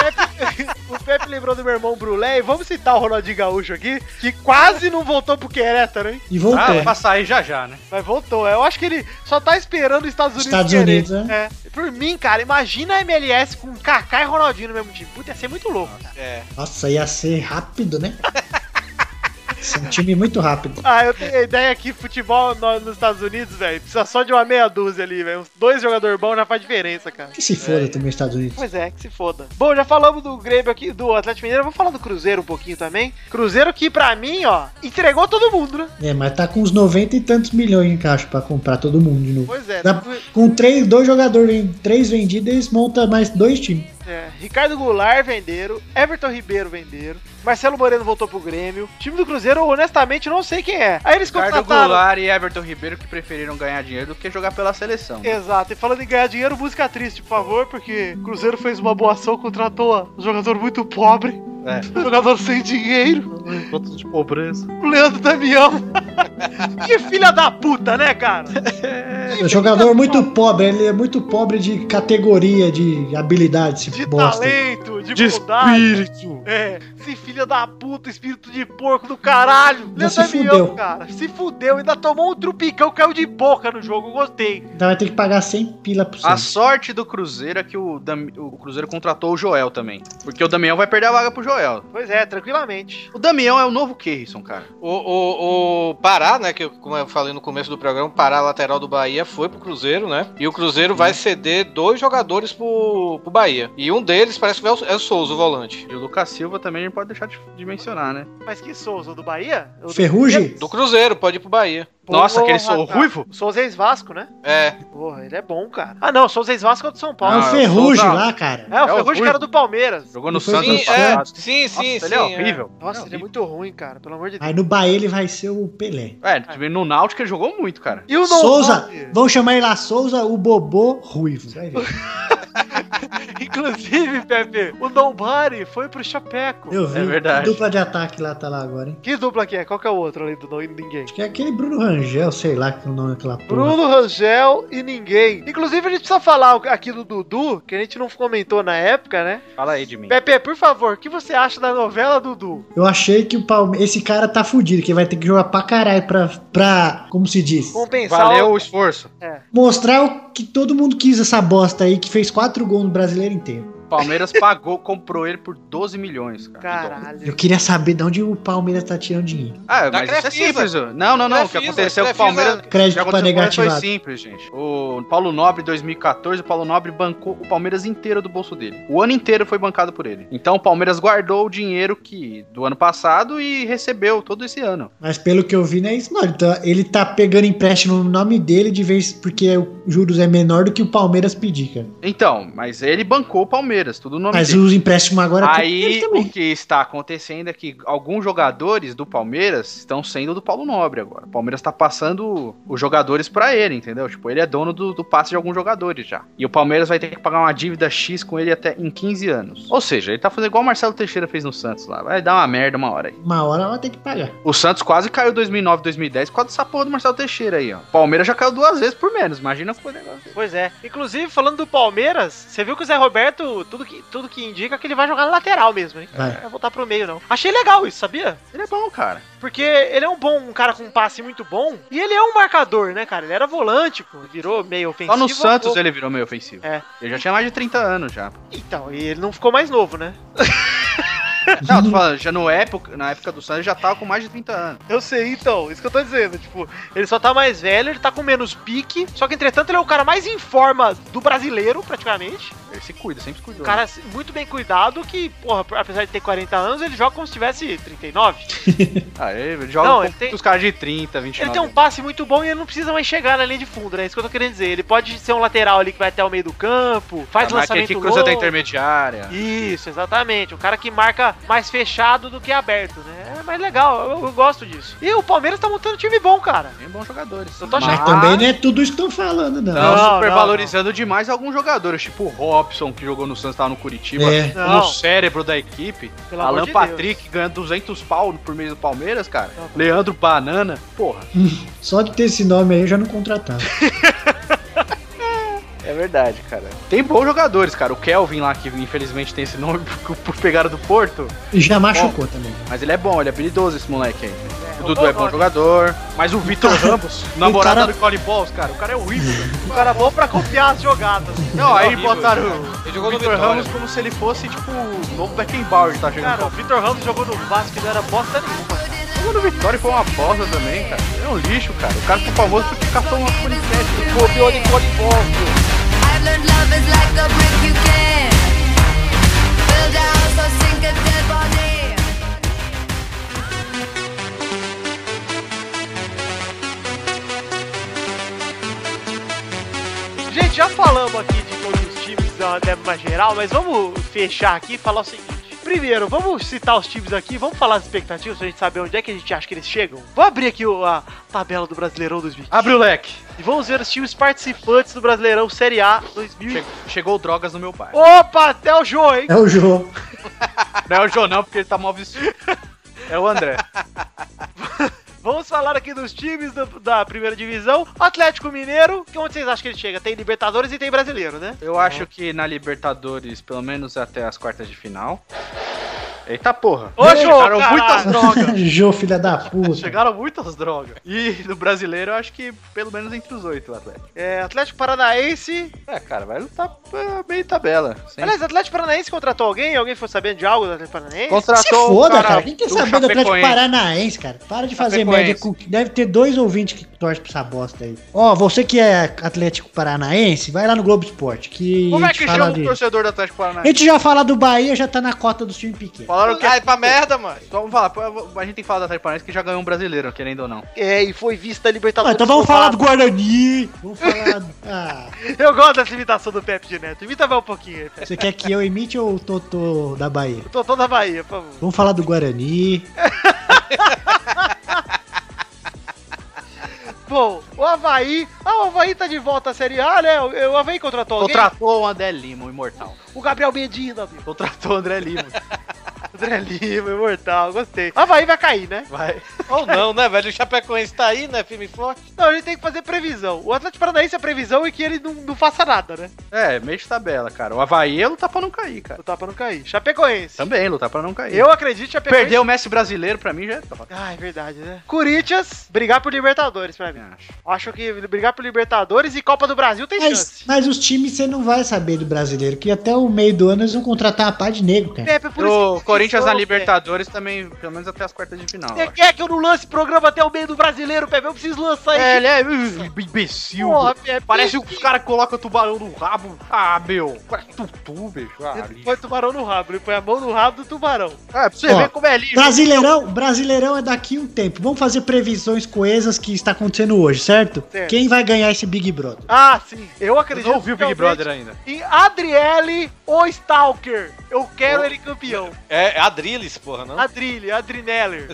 O Pepe lembrou do meu irmão Brulé, e vamos citar o Ronaldinho Gaúcho aqui, que quase não voltou pro Querétaro, hein? E voltou. Ah, pra sair já já, né? Mas voltou. é. Eu acho que ele só tá esperando os Estados Unidos. Estados querer. Unidos, né? é. Por mim, cara, imagina a MLS com Kaká e Ronaldinho no mesmo time. Puta, ia ser muito louco. Nossa, ia ser rápido, né? Esse é um time muito rápido. Ah, eu tenho a ideia que futebol no- nos Estados Unidos, velho, precisa só de uma meia dúzia ali, velho. Uns dois jogadores bons já faz diferença, cara. Que se foda também os Estados Unidos. Pois é, que se foda. Bom, já falamos do Grêmio aqui, do Atlético Mineiro, vamos falar do Cruzeiro um pouquinho também. Cruzeiro que, pra mim, ó, entregou todo mundo, né? É, mas tá com uns 90 e tantos milhões em caixa pra comprar todo mundo de novo. Pois é. Dá- com três, dois jogadores, em- três vendidos, eles montam mais dois times. É, Ricardo Goulart venderam, Everton Ribeiro venderam, Marcelo Moreno voltou pro Grêmio. O time do Cruzeiro, honestamente, eu não sei quem é. Aí eles Ricardo contrataram. Goulart e Everton Ribeiro que preferiram ganhar dinheiro do que jogar pela seleção. Exato, e falando em ganhar dinheiro, música triste, por favor, porque o Cruzeiro fez uma boa ação, contratou um jogador muito pobre, É. um jogador sem dinheiro, Quantos de pobreza. o Leandro Damião. que filha da puta, né, cara? É um jogador muito pobre, ele é muito pobre de categoria, de habilidade, esse De bosta. talento, de, bondade. espírito. É, esse filho da puta, espírito de porco do caralho. Já Leandro se Damião, fudeu. cara. Se fudeu, ainda tomou um trupicão, caiu de boca no jogo, eu gostei. Então vai ter que pagar 100 pila pro A você. sorte do Cruzeiro é que o, Dam- o Cruzeiro contratou o Joel também. Porque o Damião vai perder a vaga pro Joel. Pois é, tranquilamente. O Damião é o novo Keirson, cara. O, o, o Pará, né? Que eu- como eu falei no começo do programa, o Pará lateral do Bahia foi pro Cruzeiro, né? E o Cruzeiro vai ceder dois jogadores pro, pro Bahia. E um deles parece que é o, é o Souza, o volante. E o Lucas Silva também a gente pode deixar de, de mencionar, né? Mas que Souza, o do Bahia? O do- Ferrugem? Do Cruzeiro, pode ir pro Bahia. Nossa, aquele Porra, sou cara. ruivo? O Souza é ex-Vasco, né? É. Porra, ele é bom, cara. Ah, não, o Souza é ex-Vasco é do São É Paulo. o Não, é o Ferrugem Soldado. lá, cara. é, o é o Ferrugem Ruivo. que era do Palmeiras. Jogou no Foi Santos Sim, ano Santos, é. passado. Sim, Nossa, sim, sim. ele é horrível. Nossa, ele é muito ruim, cara, pelo amor de Deus. Aí no Bahia ele vai ser o Pelé. É, também no Náutico ele jogou muito, cara. E o não Souza, nove? vão chamar ele lá Souza, o Bobô Ruivo. Vai ver. Inclusive, Pepe, o Nobody foi pro Chapeco. Eu vi. É verdade. Dupla de ataque lá tá lá agora, hein? Que dupla que é? Qual que é o outro além do não, ninguém? Acho que é aquele Bruno Rangel, sei lá que é o nome daquela porra. Bruno Rangel e ninguém. Inclusive, a gente precisa falar aqui do Dudu, que a gente não comentou na época, né? Fala aí de mim. Pepe, por favor, o que você acha da novela Dudu? Eu achei que o Palme... esse cara tá fudido, que vai ter que jogar pra caralho pra, pra como se diz, Compensar Valeu o... o esforço. mostrar o que todo mundo quis essa bosta aí, que fez quatro gols no brasileiro inteiro. O Palmeiras pagou, comprou ele por 12 milhões, cara. Eu Caralho. queria saber de onde o Palmeiras tá tirando dinheiro. Ah, Da mas isso é Crefisa. simples. ó. Não, não, não. O que Crefisa, aconteceu com o Crefisa- Palmeiras O que Crédito pra aconteceu com o Palmeiras foi negativado. simples, gente. O Paulo Nobre, 2014, o Paulo Nobre bancou o Palmeiras inteiro do bolso dele. O ano inteiro foi bancado por ele. Então o Palmeiras guardou o dinheiro que do ano passado e recebeu todo esse ano. Mas pelo que eu vi, não é isso, não. Ele tá, ele tá pegando empréstimo no nome dele de vez porque o juros é menor do que o Palmeiras pedir, cara. Então, mas ele bancou o Palmeiras, tudo no nome Mas dele. os empréstimos agora é tudo Aí dele o também. que está acontecendo é que alguns jogadores do Palmeiras estão sendo do Paulo Nobre agora. O Palmeiras tá passando os jogadores pra ele, entendeu? Tipo, ele é dono do, do passe de alguns jogadores já. E o Palmeiras vai ter que pagar uma dívida X com ele até em 15 anos. Ou seja, ele tá fazendo igual o Marcelo Teixeira fez no Santos lá. Vai dar uma merda uma hora aí. Uma hora ela tem que pagar. O Santos quase caiu 2009, 2010 por causa dessa porra do Marcelo Teixeira aí, ó. O Palmeiras já caiu duas vezes por menos. Imagina como foi o negócio. Pois é. Inclusive, falando do Palmeiras, você viu que o Zé Roberto, tudo que, tudo que indica é que ele vai jogar na lateral mesmo, hein? Vai. Não vai voltar pro meio, não. Achei legal isso, sabia? Ele é bom, cara. Porque ele é um bom, um cara com um passe muito bom. E ele é um marcador, né, cara? Ele era volante, pô. Virou meio ofensivo. um Só no Santos né? pô. ele virou meio ofensivo. É. Ele já tinha mais de 30 anos já. Então, e ele não ficou mais novo, né? Não, Uhum. tô falando, já no época, na época do Santos ele já tava com mais de 30 anos. Eu sei, então, isso que eu tô dizendo. Tipo, ele só tá mais velho, ele tá com menos pique. Só que, entretanto, ele é o cara mais em forma do brasileiro, praticamente. Ele se cuida, sempre cuidou. Um cara assim, muito bem cuidado que, porra, apesar de ter 40 anos, ele joga como se tivesse 39. Ah, ele joga Não, com ele tem- os caras de 30, 29. Ele tem um passe muito bom e ele não precisa mais chegar na linha de fundo, né? Isso que eu tô querendo dizer. Ele pode ser um lateral ali que vai até o meio do campo, Ah, faz mas aquele lançamento que longo. cruza da intermediária. Isso, exatamente. O cara que marca mais fechado do que aberto, né? É mais legal, eu, eu gosto disso. E o Palmeiras tá montando um time bom, cara. Tem bons jogadores. Eu tô achando- Mas também não é tudo isso que estão falando, não. tá. Não, Não, supervalorizando demais alguns jogadores, tipo o Robson, que jogou no Santos, tava no Curitiba. É. Não. No cérebro da equipe. Pelo amor Alan de Patrick ganhando 200 pau por mês do Palmeiras, cara. Não, pô. Leandro Banana. Porra. Só de ter esse nome aí eu já não contratava. É verdade, cara. Tem bons jogadores, cara. O Kelvin lá, que infelizmente tem esse nome por, por pegar do Porto. E já machucou também. Mas ele é bom, ele é habilidoso esse moleque aí. É, O o Dudu é bom bom nome. jogador. Mas o Vitor Ramos, namorado do Cole Balls, cara. O cara é horrível. velho. O cara é bom pra copiar as jogadas. Não, aí horrível. botaram Ele o jogou no Vitor Vitória. Ramos como se ele fosse, tipo, o novo Beckenbauer que tá chegando. Cara, o Vitor Ramos jogou no Vasco e não era bosta nenhuma. Jogou no Vitória foi uma bosta também, cara. Ele é um lixo, cara. O cara ficou famoso porque caçou uma punifete. Copiou de Cole Balls. I've learned love is like a brick you can build a house or sink a dead body. Gente, já falamos aqui de todos os times da Débora geral, mas vamos fechar aqui e falar o seguinte. Primeiro, vamos citar os times aqui, vamos falar as expectativas pra gente saber onde é que a gente acha que eles chegam. Vou abrir aqui o- a tabela do Brasileirão 2015 Abre o leque. e vamos ver os times participantes do Brasileirão Série A 2015. Chegou, chegou drogas no meu bar. Opa, até o Jô, hein? É o jogo. Não é o João, não, porque ele tá mal vestido. É o André. Vamos falar aqui dos times do- da primeira divisão. Atlético Mineiro, que onde vocês acham que ele chega? Tem Libertadores e tem Brasileiro, né? Eu acho que na Libertadores, pelo menos até as quartas de final. Eita porra. Ô, Jô, Chegaram caralho. muitas drogas. Jô, filha da puta. Chegaram muitas drogas. E no brasileiro, eu acho que pelo menos entre os oito, o Atlético. É, Atlético Paranaense. É, cara, vai lutar é, meio tabela. Sem- Aliás, Atlético Paranaense contratou alguém? Alguém foi sabendo de algo do Atlético Paranaense? Se Contratou o foda, cara. Quem quer do saber do Atlético Chapecoense. Paranaense, cara? Para de fazer Chapecoense. média. com- Deve ter dois ouvintes que torcem pra essa bosta aí. Ó, você que é Atlético Paranaense, vai lá no Globo Esporte. Que Como a é gente que fala chama o dele. torcedor do Atlético A Paranaense? gente já fala do Bahia, já tá na cota dos times pequenos. Falaram que. Ai, pra merda, mano. Então vamos falar, pô, eu vou- a gente tem que falar do Atlético Paranaense que já ganhou um brasileiro, querendo ou não. É, e foi vista a Ah, Libertadores. então vamos falar do roubada. Guarani. Vamos falar. do- Ah, Eu gosto dessa imitação do Pepe de Neto. Imita mais um pouquinho aí, Pepe. você quer que eu imite ou o Totô da Bahia? Tô toda a Bahia, por favor. Vamos falar do Guarani. Bom, o Havaí. Ah, o Havaí tá de volta à Série A, né? O o Havaí contratou alguém. Contratou o André Lima, o imortal. O Gabriel Medina, meu. Contratou o André Lima. André Lima, imortal, gostei. Havaí vai cair, né? Vai. Ou não, né, velho? O Chapecoense tá aí, né? Firme e forte. Não, a gente tem que fazer previsão. O Atlético Paranaense, a previsão é que ele não, não faça nada, né? É, meio de tabela, cara. O Havaí é lutar pra não cair, cara. Lutar pra não cair. Chapecoense. Também, lutar pra não cair. Eu acredito que Chapecoense... Perder o Messi brasileiro pra mim já é top. Ah, é verdade, né? Corinthians, brigar por Libertadores pra mim. Acho. Acho que brigar por Libertadores e Copa do Brasil É tem Mas, chance. mas os times você não vai saber do brasileiro, que até o meio do ano eles vão contratar uma pá de negro, cara. Pepe, por isso O que- Corinthians na Pepe. Libertadores também, pelo menos até as quartas de final. Você eu acho. quer que eu não lance programa até o meio do brasileiro, Pepe? Eu preciso lançar É, ele. ele é uh, imbecil. Porra, Pepe. Parece os caras que colocam tubarão no rabo. Ah, meu. Parece tutu, bicho. Ah, Ele lixo. põe o tubarão no rabo, ele põe a mão no rabo do tubarão. Ah, pra você Ó, ver como é lixo. Brasileirão, Brasileirão é daqui um tempo. Vamos fazer previsões coesas que está acontecendo hoje, certo? Certo. Quem vai ganhar esse Big Brother? Ah, sim. Eu Eu acredito. não ouvi o Big realmente Brother ainda. Em Adriele ou Stalker. Eu quero ele campeão. É, é Adriles, porra, não? Adrile, Adrineller.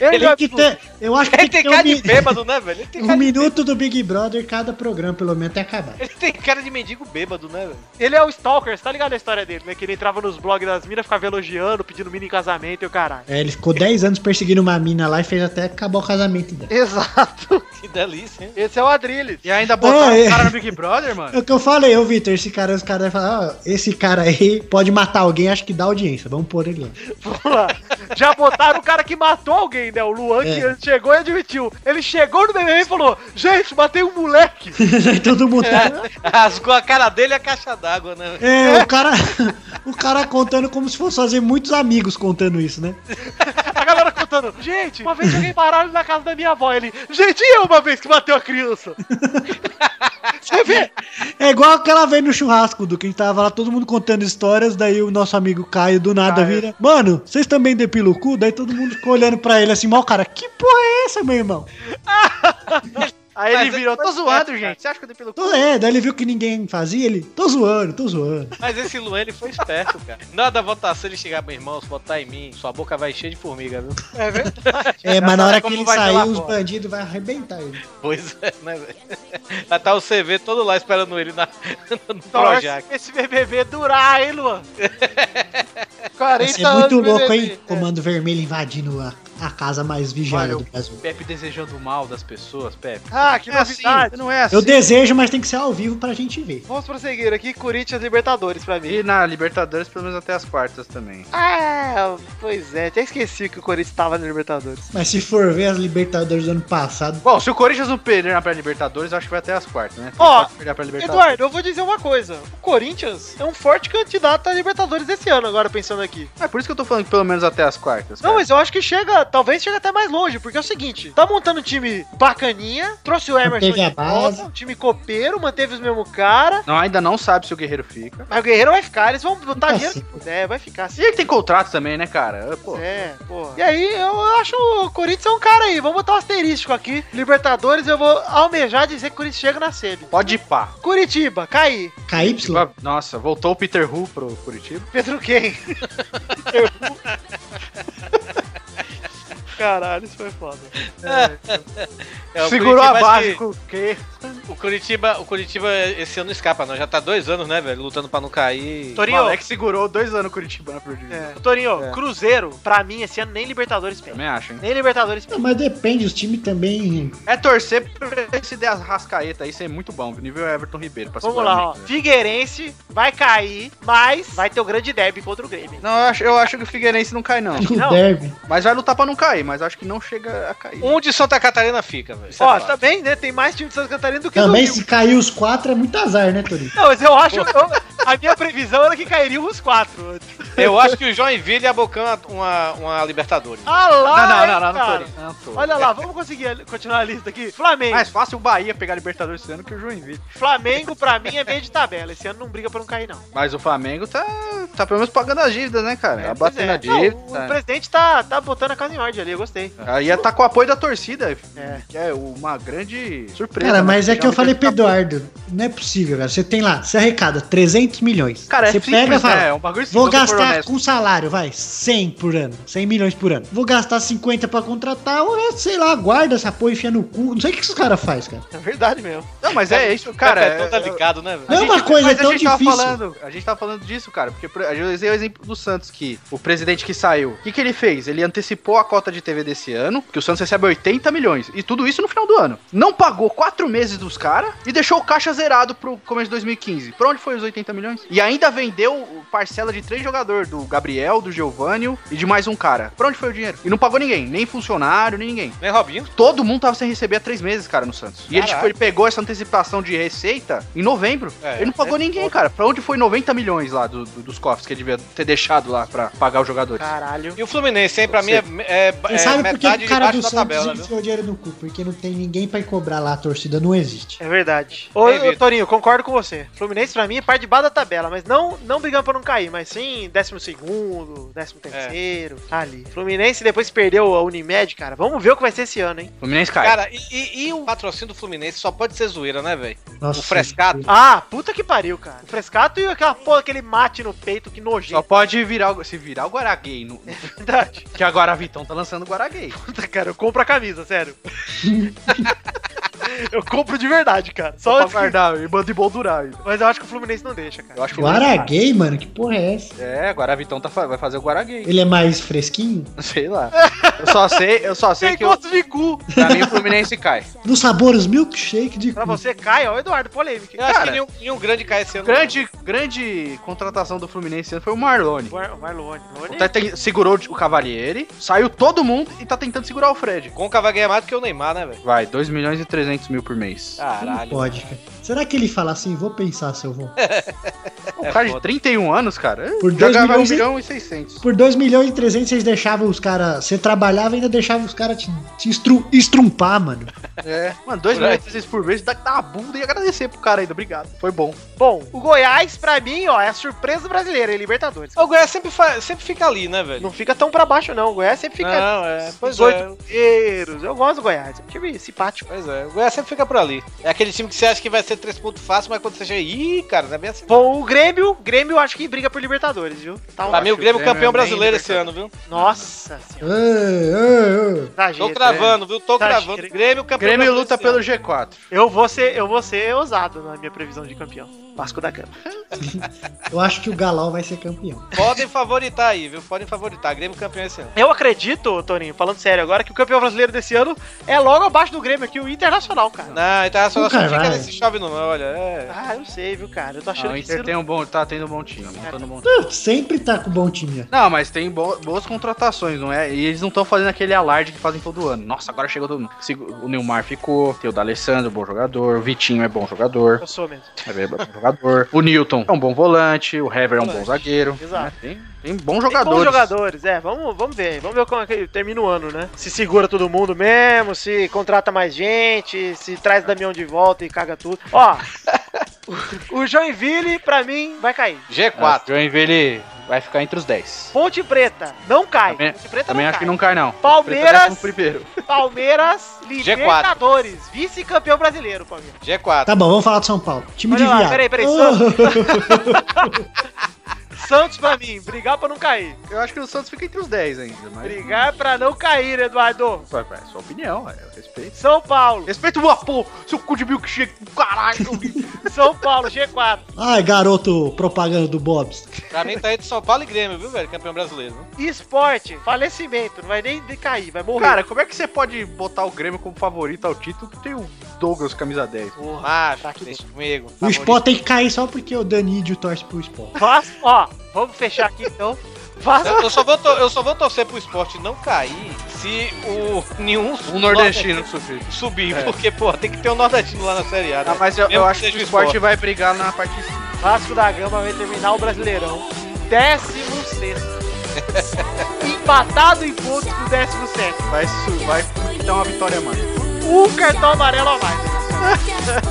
Ele tem que ter, eu acho que Ele tem tem que ter um, cara de mi- bêbado, né, velho? Ele tem um cara, minuto do Big Brother cada programa, pelo menos, até acabar. ele tem cara de mendigo bêbado, né, velho? Ele é o Stalker, você tá ligado a história dele, né? Que ele entrava nos blogs das minas, ficava elogiando, pedindo mina em casamento e o caralho. É, ele ficou 10 anos perseguindo uma mina lá e fez até acabar o casamento dela. Exato. Que delícia, hein? Esse é o Adriles. E ainda botaram É, o cara é. no Big Brother, É mano. o que eu falei, ô Vitor, esse cara, os caras falam, ó, esse cara aí pode matar alguém, acho que dá audiência, vamos pôr ele lá. Vamos lá. Já botaram o cara que matou alguém, né? O Luan que É. antes chegou e admitiu. Ele chegou no BBB e falou: Gente, matei um moleque. É. Todo mundo tá... Rasgou a cara dele e a caixa d'água, né? É, o cara, o O cara contando como se fosse fazer muitos amigos contando isso, né? A galera contando, gente, uma vez alguém baralho na casa da minha avó. Ele, gente, e eu uma vez que bateu a criança. Você vê? É igual aquela vez no churrasco do que a gente tava lá, todo mundo contando histórias, daí o nosso amigo Caio do nada vira. Mano, vocês também depilam o cu? Daí todo mundo ficou olhando pra ele assim, mal cara, que porra é essa, meu irmão? Aí ele Mas virou, "Tá esse- tô zoando, gente. Você acha que eu dei pelo Tô, é, daí ele viu que ninguém fazia, ele, tô zoando, tô zoando. Mas esse Luan, ele foi esperto, cara. Nada da votação ele chegar, meu irmão, se botar em mim, sua boca vai cheia de formiga, viu? É, mas na hora que Como ele vai sair, pela os porta. bandidos vão arrebentar ele. Pois é, né, velho? Vai tá o CV todo lá esperando ele na, no Torce Projac. pra esse BBB durar, hein, Luan? 40 Vai ser é muito anos, louco, BBB. hein? Comando vermelho invadindo a, a casa mais vigiada Olha, do Brasil. Pepe desejando o mal das pessoas, Pepe. Ah, que É assim, novidade. não é assim. Eu desejo, mas tem que ser ao vivo pra gente ver. Vamos prosseguir aqui, Corinthians Libertadores pra mim. E na Libertadores, pelo menos até as quartas também. Ah, pois é, até esqueci que o Corinthians tava na Libertadores. Mas se for ver as Libertadores do ano passado, Bom, se o Corinthians não perder na pré-Libertadores, eu acho que vai até as quartas, né? Ó, Pode perder pra Libertadores. Eduardo, eu vou dizer uma coisa. O Corinthians é um forte candidato a Libertadores esse ano, agora pensando aqui. É por isso que eu tô falando que pelo menos até as quartas. Não, cara. mas eu acho que chega, talvez chega até mais longe, porque é o seguinte, tá montando um time bacaninha, trouxe o Emerson Manteve a de volta, base. um time copeiro, manteve os mesmo cara, Não, ainda não sabe se o Guerreiro fica. mas o Guerreiro vai ficar, eles vão botar Fica dinheiro assim, que puder, vai ficar assim. E ele tem contrato também, né, cara? Pô, É, porra. E aí, eu acho o Corinthians é um cara aí. Vamos botar um asterístico aqui. Libertadores, eu vou almejar dizer que o Corinthians chega na semi. pode ir pá. Curitiba, cair. KY, Nossa, voltou o Peter Hu pro Curitiba. Pedro quem? Caralho, isso foi foda. É. É, o Segurou Curitiba, a acho base que- com o quê? O Curitiba, o Curitiba esse ano não escapa, não. Já tá dois anos, né, velho? Lutando pra não cair. O Torinho, Alex segurou dois anos o Curitiba na primeira divisão. é. Torinho, É. Cruzeiro, pra mim, esse ano nem Libertadores pega. Também acho, hein? Nem Libertadores pega. Não, mas depende, os times também. É torcer pra esse de rascaeta aí ser muito bom. Nível Everton Ribeiro. Pra Vamos segurar lá, o ó. Nick, né? Figueirense vai cair, mas vai ter o grande derby contra o Grêmio. Não, eu acho, eu acho que o Figueirense não cai, não. O Não. Derby. Mas vai lutar pra não cair, mas acho que não chega a cair. Um de Santa Catarina fica, velho. Isso é Ó, tá- fato. também, né? Tem mais time de Santa Catarina do que do Também Rio. se cair os quatro é muito azar, né, Torinho? Não, mas eu acho. eu- a minha previsão era que cairiam os quatro. Eu acho que o Joinville abocando uma, uma Libertadores. Ah lá! hein, cara? tô, não tô. Olha lá, vamos conseguir a- continuar a lista aqui. Flamengo. Mais fácil o Bahia pegar a Libertadores esse ano que o Joinville. Flamengo, pra mim, é meio de tabela. Esse ano não briga pra não cair, não. Mas o Flamengo tá, tá pelo menos pagando as dívidas, né, cara? tá Pois batendo é. a dívida. Não, o presidente tá, tá botando a casa em ordem ali, eu gostei. Aí ia tá com o apoio da torcida, É. que é uma grande surpresa. Cara, né? mas é que eu Geralmente falei fica pro Eduardo, não é possível, cara. Você tem lá, você arrecada 300 milhões. Cara, é você simples, pega e fala, né? É um bagulho simples, vou se eu for gastar honesto. com salário, vai, 100 por ano, 100 milhões por ano. Vou gastar 50 pra contratar, o resto, sei lá, guarda essa porra, enfia no cu. Não sei o que os caras fazem, cara. É verdade mesmo. pouco. Não, mas é isso, cara. é, todo é- ligado, né, velho? Não é uma coisa mas tão a gente tava difícil. falando, a gente tava falando disso, cara, porque por- eu usei o exemplo do Santos, que o presidente que saiu, o que, que ele fez? Ele antecipou a cota de TV desse ano, que o Santos recebe 80 milhões, e tudo isso no final do ano. Não pagou quatro meses dos caras e deixou o caixa zerado pro começo de 2015. Pra onde foi os 80 milhões? E ainda vendeu o- parcela de três jogadores, do Gabriel, do Giovânio e de mais um cara. Pra onde foi o dinheiro? E não pagou ninguém, nem funcionário, nem ninguém. Nem Robinho? Todo mundo tava sem receber há três meses, cara, no Santos. E ele, Caraca. tipo, ele pegou essa antecipação de receita em novembro. É, ele não pagou ninguém, cara. Pra onde foi 90 milhões lá do- do- dos cofres que ele devia ter deixado lá pra pagar os jogadores? Caralho. E o Fluminense, hein? Pra mim Você- é, é, Você é sabe por que metade o cara debaixo do da Santos tabela, viu? enfiou dinheiro no cu? Porque não tem ninguém pra ir cobrar lá, a torcida não existe. É verdade. Ô, Ei, ô, Vitor. Torinho, concordo com você. Fluminense, pra mim, é parte de baixo da tabela, mas não, não brigando pra não cair, mas sim décimo segundo, décimo terceiro, tá ali. Fluminense, depois que perdeu a Unimed, cara. Vamos ver o que vai ser esse ano, hein? Fluminense cai. Cara, e, e- e o patrocínio do Fluminense só pode ser zoeira, né, velho? Nossa, O Frescato. Ah, puta que pariu, cara. O Frescato e aquela porra, aquele mate no peito, que só nojento. é pode virar, o- se virar o Guaraguei. No, Verdade. que agora a Vitão tá lançando o Guaraguei. Puta, cara, eu compro a camisa, sério. eu compro de verdade, cara. Só Pra antes que- guardar e bando de boldurar. ainda. Mas eu acho que o Fluminense não deixa, cara. Eu acho que o O Araguei, mano, que porra é essa? É, agora a Vitão tá, fa- vai fazer o Guaraguei. Ele é mais fresquinho? Sei lá. Eu só sei, eu só sei Tem que eu, gosto de cu. pra mim o Fluminense cai. No sabor, os milkshake de Pra cu. você, Caio, ó, Eduardo, polêmica. Eu acho Cara. que nenhum, nenhum um, grande cai esse ano. Grande, grande contratação do Fluminense foi o Marlone. Mar Marlone. Marlone? Tá, tem- segurou o Cavalieri, saiu todo mundo e tá tentando segurar o Fred. Conca vai ganhar mais do que o Neymar, né, velho? Vai, 2 milhões e 300 mil por mês. Ah, Caralho. Pode, cara. Será que ele fala assim? Vou pensar se eu vou. É. é um cara de 31 anos, cara. eh, Por dois jogava 1 milhões e- milhão e 600. Por 2 milhões e 300 vocês deixavam os caras. Você trabalhava e ainda deixava os caras te, te estru- estrumpar, mano. É. Mano, 2 Por aí. milhões e 300 por mês, dá dá uma bunda e agradecer pro cara ainda. Obrigado. Foi bom. Bbom, o Goiás, pra mim, ó, é a surpresa brasileira, é Libertadores. O Goiás sempre, fa- sempre fica ali, né, velho? Não fica tão pra baixo, não. O Goiás sempre fica Não, é. Pois é. Goiás. Eu gosto do Goiás. É um time simpático. Pois é. O Goiás sempre fica por ali. É aquele time que você acha que vai ser três pontos fácil, mas quando você chega. Ih, cara, não é bem assim. Bom, o Grêmio, Grêmio acho que briga por Libertadores, viu? Tá um- Pra mim, o acho Grêmio o Grêmio campeão é bem brasileiro esse ano, libertador. viu? Nossa Ô, senhora. ô, ô. Tô Exagero. cravando, viu? Tô Tá cravando. cheio. Grêmio campeão Grêmio brasileiro luta esse ano. pelo G4. Eu vou ser, eu vou ser ousado na minha previsão de campeão. Vasco da Gama. Eu acho que o Galol vai ser campeão. Podem favoritar aí, viu? Podem favoritar. Grêmio campeão esse ano. Eu acredito, Toninho, falando sério agora, que o campeão brasileiro desse ano é logo abaixo do Grêmio aqui, o Internacional, cara. Não, Internacional Nunca só fica vai. nesse chove não, olha. É. Ah, eu sei, viu, cara? Eu tô achando Ah, o que Inter esse tem um bom, tá tendo um bom time. montando um bom time. Putz, Sempre tá com bom time. ó. Não, mas tem bo- boas contratações, não é? E eles não estão fazendo aquele alarde que fazem todo ano. Nossa, agora chegou todo mundo. Se- O Neymar ficou, tem o D'Alessandro, bom jogador. O Vitinho é bom jogador. eu sou mesmo. É bem bom jogador. O Newton é um bom volante. O Hever é um bom zagueiro. Exato. né? Tem, tem bons Tem jogadores. bons jogadores, é. Vamos, vamos ver. Vamos ver como é que termina o ano, né? Se segura todo mundo mesmo, se contrata mais gente, se traz Damião de volta e caga tudo. Ó, o- o Joinville, pra mim, vai cair. G4. Quatro. Joinville vai ficar entre os 10. Ponte Preta, não cai. Também- Ponte Preta Também não acho cai. que não cai, não. Palmeiras, Preta é primeiro. Palmeiras, Libertadores, vice-campeão brasileiro, Palmeiras. G4. Tá bom, vamos falar do São Paulo. Time Olha de lá, viado. peraí, peraí, Ô, Santos pra mim, brigar pra não cair. Eu acho que o Santos fica entre os 10 ainda, mas. Brigar é pra não cair, Eduardo. Ué, ué, É sua opinião, é, eu respeito. São Paulo, Respeito o Apo, seu cu de milkshake, caralho. São Paulo, G4. Ai, garoto propaganda do Bob's. Pra mim tá entre São Paulo e Grêmio, viu, velho? Campeão brasileiro. viu? Esporte, falecimento, não vai nem de cair, vai morrer. Cara, como é que você pode botar o Grêmio como favorito ao título que tem o Douglas camisa 10? Porra. Macho, Tá aqui deixa comigo. O Favorito. Sport tem que cair só porque o Danídio torce pro Sport. Vasco, ó, vamos fechar aqui então. Vasco, Eu, eu só vou to- eu só vou torcer pro esporte não cair se o nenhum Um nordestino subir. subir, É. porque, pô, tem que ter um nordestino lá na Série A. né? Ah, mas eu, Mesmo eu acho que seja o esporte vai brigar na parte de cima. Vasco da Gama vai terminar o Brasileirão. 16. Empatado em pontos com o 17. Vai, su- vai dar uma vitória a mais. Um cartão amarelo a mais.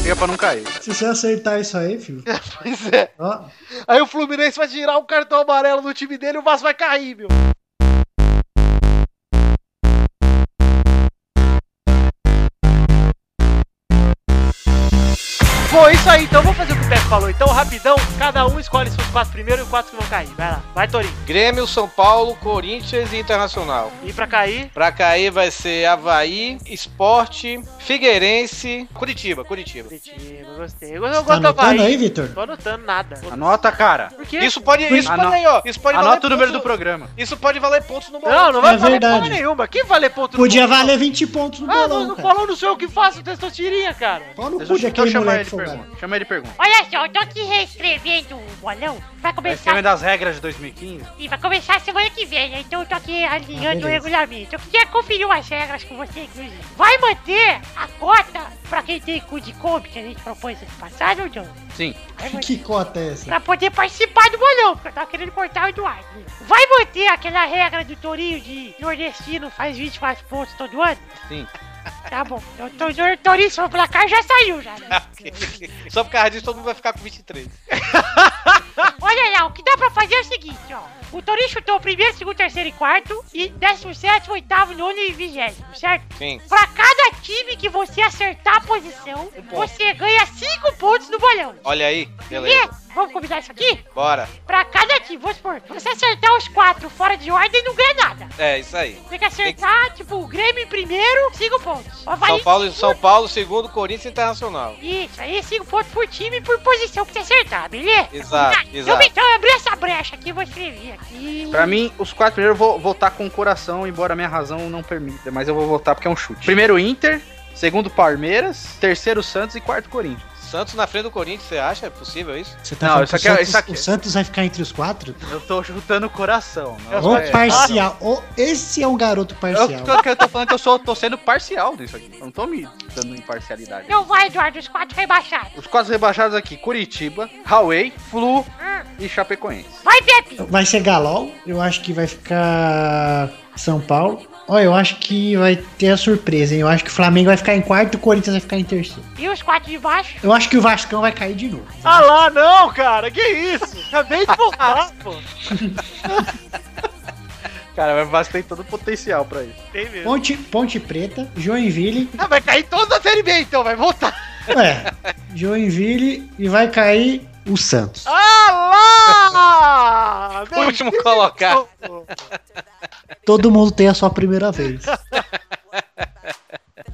Briga pra não cair. Se você acertar isso aí, filho. Pois é. Ó, Aí o Fluminense vai tirar um cartão amarelo do time dele e o Vasco vai cair, meu. Bom, é isso aí, então vamos fazer o que o Pepe falou. Então, rapidão, cada um escolhe seus quatro primeiros e os quatro que vão cair. Vai lá, vai Torinho. Grêmio, São Paulo, Corinthians e Internacional. E pra cair, Pra cair vai ser Havaí, Esporte, Figueirense, Curitiba, Curitiba. Curitiba, gostei. Eu gosto tá do Havaí. anotando aí, Vitor? Tô anotando nada. Anota, cara. Por quê? Isso pode, isso Ano- pode aí, ó. Isso pode Anota o valer número do ponto- programa. Isso pode valer pontos no bolão. Não, não vai É valer verdade. porra nenhuma. Quem valer ponto no Podia bolão? valer 20 pontos no Ah, não, bolão, não cara. falou, não sei o que faço, testosterinha, cara. Fala no cu Deixa eu- Então daquele chama ele moleque de folgado. pergunta. Chama ele de pergunta. Olha só, eu tô aqui reescrevendo o bolão. Vai É começar, esquema das regras de 2015. sim, vai começar semana que vem, né? Então eu tô aqui alinhando Ah, beleza. o regulamento. Eu queria conferir umas regras com você, inclusive. Vai manter a cota é, pra quem tem cu de Kombi que a gente propôs esse passado ou não? Sim. Vai manter. Que cota é essa? Pra poder participar do bolão, porque eu tava querendo cortar o Eduardo. Vai manter aquela regra do Torinho de nordestino faz 24 pontos todo ano? Sim. Tá bom. Então, o Torinho, seu placar já saiu já, né? Só por causa disso todo mundo vai ficar com 23. Olha lá, o que dá pra fazer é o seguinte, ó. O Torinho chutou o primeiro, segundo, terceiro e quarto. E décimo sétimo, oitavo, nono e vigésimo, certo? Sim. Pra cada time que você acertar a posição, você ganha cinco pontos no bolão. Um Olha aí, beleza. E, vamos combinar isso aqui? Bora. Pra cada time, vamos supor, você acertar os quatro fora de ordem, não ganha nada. É, isso aí. Tem que acertar, tipo, o Grêmio em primeiro, cinco pontos. Ó, São Paulo, São Paulo, segundo, Corinthians e Internacional. Isso, aí cinco pontos por time e por posição pra você acertar, beleza? Exato, Combinado? exato. Então, então, eu abri essa brecha aqui, vou escrever aqui. Pra mim, os quatro primeiros eu vou votar com o coração, embora a minha razão não permita. Mas eu vou votar porque é um chute. Primeiro Inter, segundo Palmeiras, terceiro Santos e quarto Corinthians. Santos na frente do Corinthians, você acha? É possível isso? Você tá Não, falando isso que aqui é- o, Santos, isso aqui- o Santos vai ficar entre os quatro? Eu tô chutando o coração. Não, Ô, é- parcial. Ô, esse é um garoto Eu, parcial. eu, eu tô falando que eu sou, tô sendo parcial nisso aqui. Eu não tô me dando imparcialidade. Então vai, Eduardo, os quatro rebaixados. Os quatro rebaixados aqui: Curitiba, Huawei, Flu e Chapecoense. Hum, Vai, Pepe! Vai ser Galol. Eu acho que vai ficar São Paulo. Ó, eu acho que vai ter a surpresa, hein? Eu acho que o Flamengo vai ficar em quarto e o Corinthians vai ficar em terceiro. E os quatro de baixo? Eu acho que o Vascão vai cair de novo. Ah lá, não, cara, que isso? Acabei de voltar, pô. Cara, mas o Vasco tem todo o potencial pra isso. Tem mesmo. Ponte, Ponte Preta, Joinville. Ah, vai cair toda a série B então, vai voltar. Ué, É, Joinville e vai cair o Santos. Ah lá! O último colocado. Todo mundo tem a sua primeira vez.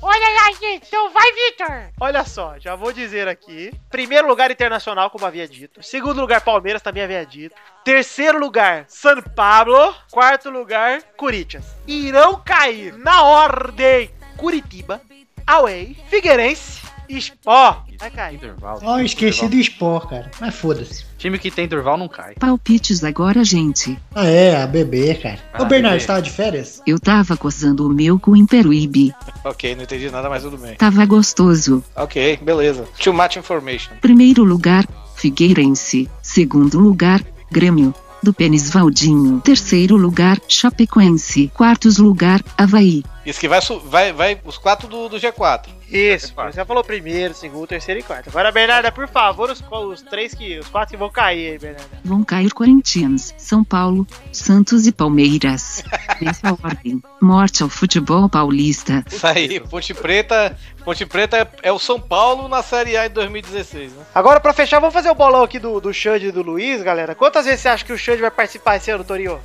Olha lá, gente, então vai, Vitor! Olha só, já vou dizer aqui. Primeiro lugar internacional, como havia dito. Segundo lugar, Palmeiras, também havia dito. Terceiro lugar, San Pablo. Quarto lugar, Corinthians. Irão cair na ordem Curitiba, Away, Figueirense e Spó. Vai cair. Durval. Ó, esqueci do Sport, cara. Mas foda-se. Time que tem Durval não cai. Palpites agora, gente. Ah, é, a bebê, cara. Ah, Ô, Bernardo, bebê. você tava de férias? Eu tava coçando o meu cu em Peruíbe. Ok, não entendi nada, mas tudo bem. Tava gostoso. Ok, beleza. Too much information. Primeiro lugar, Figueirense. Segundo lugar, Grêmio. Do Pênis Valdinho. Terceiro lugar, Chapecoense. Quartos lugar, Havaí. Isso que vai, su- vai, vai os quatro do, do G4. Isso, você já falou primeiro, segundo, terceiro e quarto. Agora, Bernarda, por favor, os, co- os três que. Os quatro que vão cair aí, Bernarda. Vão cair Corinthians, São Paulo, Santos e Palmeiras. Nessa ordem. Morte ao futebol paulista. Isso aí, Ponte Preta. Ponte Preta é- é o São Paulo na Série A em 2016, né? Agora, pra fechar, vamos fazer o bolão aqui do, do Xande e do Luiz, galera. Quantas vezes você acha que o Xande vai participar esse ano, Torinho?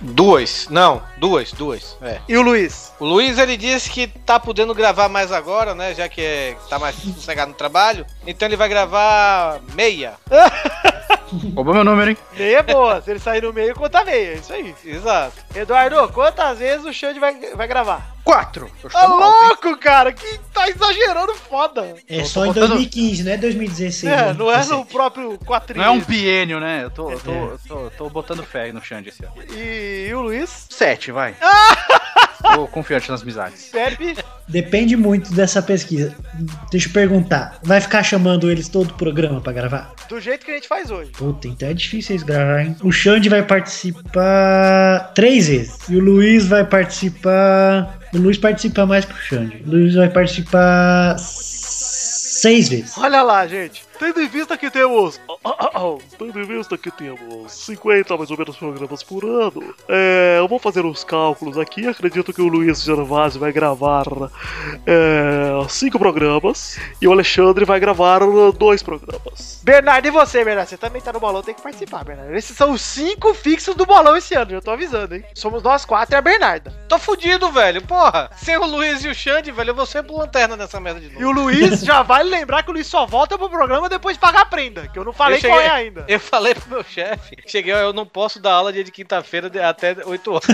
Duas. Não, duas, duas. É. E o Luiz? O Luiz ele disse que tá podendo gravar mais agora, né? Já que é, tá mais sossegado no trabalho. Então ele vai gravar meia. Roubou meu número, hein? Meia é boa. Se ele sair no meio, conta meia. É isso aí. Exato. Eduardo, quantas vezes o Xande vai, vai gravar? Quatro. Tô Ô, chutando alto, hein? louco, cara. Que tá exagerando foda. É só em botando- 2015, não é 2016. é, né? não é no próprio quatrinho. Não é um biênio, né? Eu tô, eu tô, É. eu tô, eu tô botando fé no Xande esse ano. E, e o Luiz? Sete, vai. Tô confiante nas amizades. Pepe? Depende muito dessa pesquisa. Deixa eu perguntar. Vai ficar chamando eles todo o programa pra gravar? Do jeito que a gente faz hoje. Puta, então é difícil eles gravarem. hein? O Xande vai participar três vezes. E o Luiz vai participar. O Luiz participa mais que o Xande. O Luiz vai participar seis vezes. Olha lá, gente. Oh, Tendo em vista que temos Tendo em vista que temos 50 mais ou menos programas por ano, é, eu vou fazer os cálculos aqui. Acredito que o Luiz Gervásio vai gravar é, cinco programas e o Alexandre vai gravar dois programas. Bernardo, e você, Bernardo? Você também tá no bolão, tem que participar, Bernardo. Esses são os cinco fixos do bolão esse ano, eu tô avisando, hein? Somos nós quatro e a Bernarda. Tô fudido, velho. Porra. Sem o Luiz e o Xande, velho, eu vou ser pro lanterna nessa merda de E novo. o Luiz, já vale lembrar que o Luiz só volta pro programa depois de pagar a prenda, que eu não falei Eu cheguei- qual é ainda. Eu falei pro meu chefe, cheguei, ó, eu não posso dar aula dia de quinta-feira de- até 8 horas.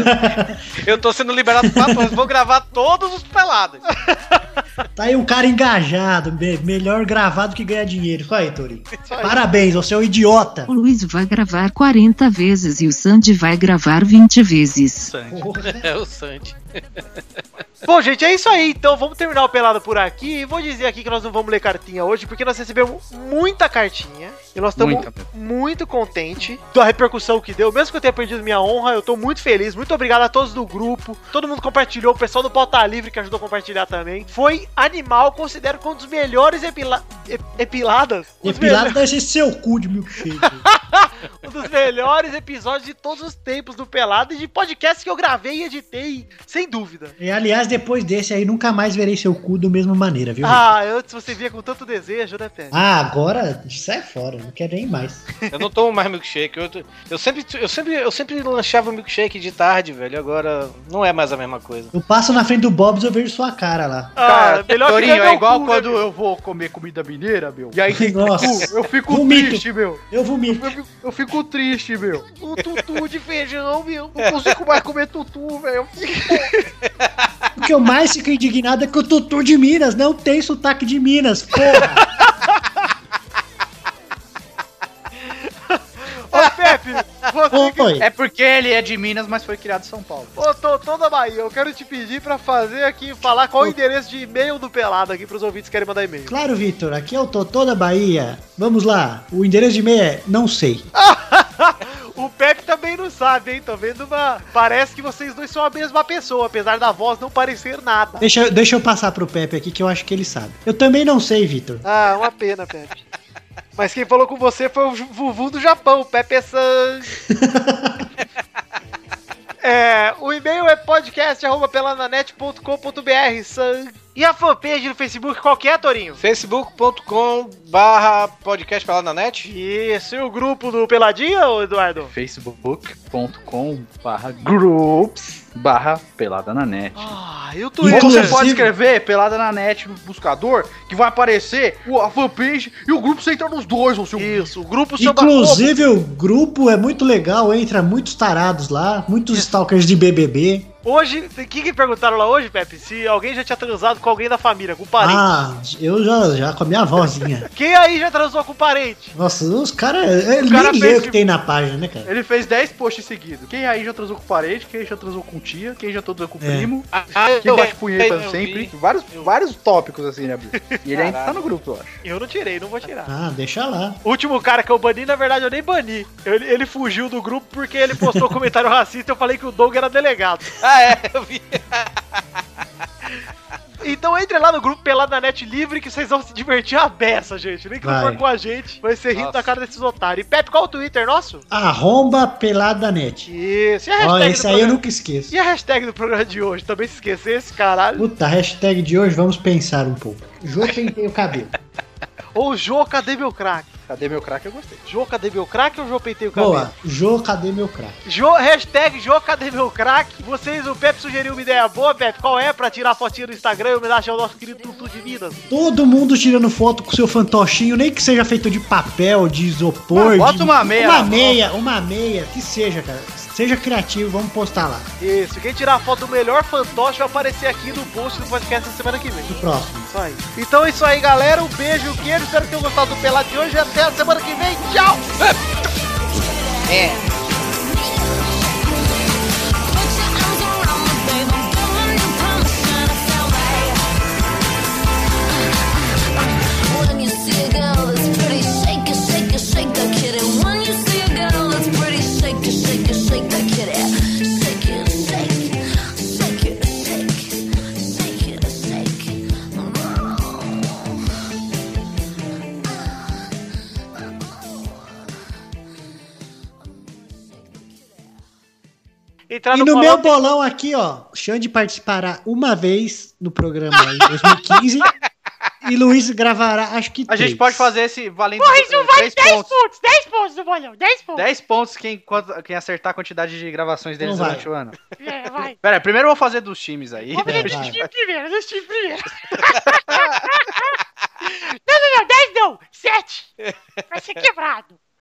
eu tô sendo liberado 4 horas, vou gravar todos os pelados. Tá aí um cara engajado, me- melhor gravado que ganhar dinheiro. Isso aí, Tori. Parabéns, você é um idiota. O Luiz vai gravar 40 vezes e o Sandy vai gravar 20 vezes. É o Sandy. Bom, gente, é isso aí. Então vamos terminar o pelado por aqui. E vou dizer aqui que nós não vamos ler cartinha hoje, porque nós recebemos muita cartinha. E nós estamos Muita mesmo. muito contente da repercussão que deu. Mesmo que eu tenha perdido minha honra, eu tô muito feliz. Muito obrigado a todos do grupo. Todo mundo compartilhou, o pessoal do Pauta Livre que ajudou a compartilhar também. Foi animal, considero que um dos melhores epila ep- epiladas. Um dos Depilado deve ser seu cu de milkshake. um dos melhores episódios de todos os tempos do Pelado e de podcast que eu gravei e editei, sem dúvida. e aliás, depois desse aí, nunca mais verei seu cu da mesma maneira, viu? Ah, Ah, antes você via com tanto desejo, né, Pé? agora sai fora, não quero nem mais. Eu não tomo mais milkshake. Eu, tô- eu sempre, eu, sempre, eu sempre lanchava milkshake de tarde, velho. Agora não é mais a mesma coisa. Eu passo na frente do Bob's e eu vejo sua cara lá. Ah, melhor Torinho, ver é meu igual cu, né, quando meu? eu vou comer comida mineira, meu. E aí tem Nossa. cu, eu fico Vomito. triste, meu. Eu vomito. Eu fico, eu fico triste, meu. um tutu de feijão, meu. Não consigo mais comer tutu, velho. que eu mais fico indignado é que o Tutu de Minas não tem sotaque de Minas, porra. Ô, Pepe, você que Foi. É porque ele é de Minas, mas foi criado em São Paulo. botou toda a Bahia, eu quero te pedir pra fazer aqui, falar qual é o endereço de e-mail do Pelado aqui pros ouvintes que querem mandar e-mail. Claro, Vitor, aqui é o Totô da Bahia. Vamos lá, o endereço de e-mail é não sei. O Pepe também não sabe, hein? Tô vendo uma. Parece que vocês dois são a mesma pessoa, apesar da voz não parecer nada. Deixa, eu- deixa eu passar pro Pepe aqui que eu acho que ele sabe. Eu também não sei, Vitor. Ah, uma pena, Pepe. Mas quem falou com você foi o Ju- Vuvu do Japão, o Pepe San. É, o e-mail é podcast.pelananet.com.br, San. E a fanpage no Facebook, qual que é, Torinho? facebook.com barra podcast pelado na net. Isso, e o grupo do Peladinha, ô Eduardo? facebook.com barra groups barra pelada na net. Ah, e o Ou Twitter? é você Inclusive- pode escrever pelada na net no buscador, que vai aparecer o- a fanpage e o grupo você entra nos dois, ô seu Isso, o grupo chama Inclusive, o grupo é muito legal, entra muitos tarados lá, muitos stalkers de BBB. Hoje, o que, que perguntaram lá hoje, Pepe? Se alguém já tinha transado com alguém da família, com um parente. Ah, eu já, já com a minha vozinha. Quem aí já transou com um parente? Nossa, os caras. Ele cara nem fez lê o que de- tem na página, né, cara? Ele fez 10 posts seguidos. Quem aí já transou com parede, quem já transou com tia, quem já transou com É. primo, Ah, quem eu bate vi, punheta eu sempre. vi. é, Vários, vários tópicos assim, né, Bruno? E ele ainda tá no grupo, eu acho. Eu não tirei, não vou tirar. Ah, deixa lá. O último cara que eu bani, na verdade, eu nem bani. Ele, ele fugiu do grupo porque ele postou comentário racista e eu falei que o Doug era delegado. Ah, é, eu vi. Então entre lá no grupo Pelado na Net Livre que vocês vão se divertir a beça, gente. Nem que não Vai. for com a gente, vai ser rindo Nossa. da cara desses otários. E Pepe, qual o Twitter nosso? Arromba pelada net. Isso. E a hashtag, Olha, do isso aí eu programa- nunca esqueço. e a hashtag do programa de hoje? Também se esquecesse, caralho. Puta, a hashtag de hoje, vamos pensar um pouco. Jô pentei o cabelo. Ou Jô, cadê meu craque? Cadê meu craque? Eu gostei. Jô, cadê meu craque ou Jô, peitei o cabelo? Boa, Jô, cadê meu craque? Jo, hashtag Jô, cadê meu craque? Vocês, o Pepe sugeriu uma ideia boa, Pepe. Qual é pra tirar fotinha no Instagram em homenagem ao nosso querido Tutu de Minas? Todo mundo tirando foto com seu fantochinho, nem que seja feito de papel, de isopor. Ah, bota de- uma meia Uma na meia, uma meia, que seja, cara. Seja criativo, vamos postar lá. Isso, quem tirar a foto do melhor fantoche vai aparecer aqui no post do podcast na semana que vem. No próximo. Isso aí. Então é isso aí, galera. Um beijo, um queijo. Espero que tenham gostado do Pelado de hoje. e Até a semana que vem. Tchau! Put your arms around me, babe. I'm giving you permission to feel me. When you see a girl that's pretty, shake it, shake it, shake that kitty. When you see a girl that's pretty, shake it, shake it, shake that kitty. Shake it, shake, shake it, shake, shake it, shake. Entrar E no meu bolão- bolão aqui, ó, o Xande participará uma vez no programa aí, em 2015. e Luiz gravará, acho que A gente três. pode fazer esse valendo Porra, isso eh, vale três 10 pontos. pontos, 10 pontos no bolão, 10 pontos. 10 pontos quem, quant- quem acertar a quantidade de gravações deles Não vai. durante o ano. É, vai. Pera, aí, primeiro eu vou fazer dos times aí. Vamos É, fazer do vai. time primeiro, do time primeiro. não, não, não, 10 não, 7. Vai ser quebrado.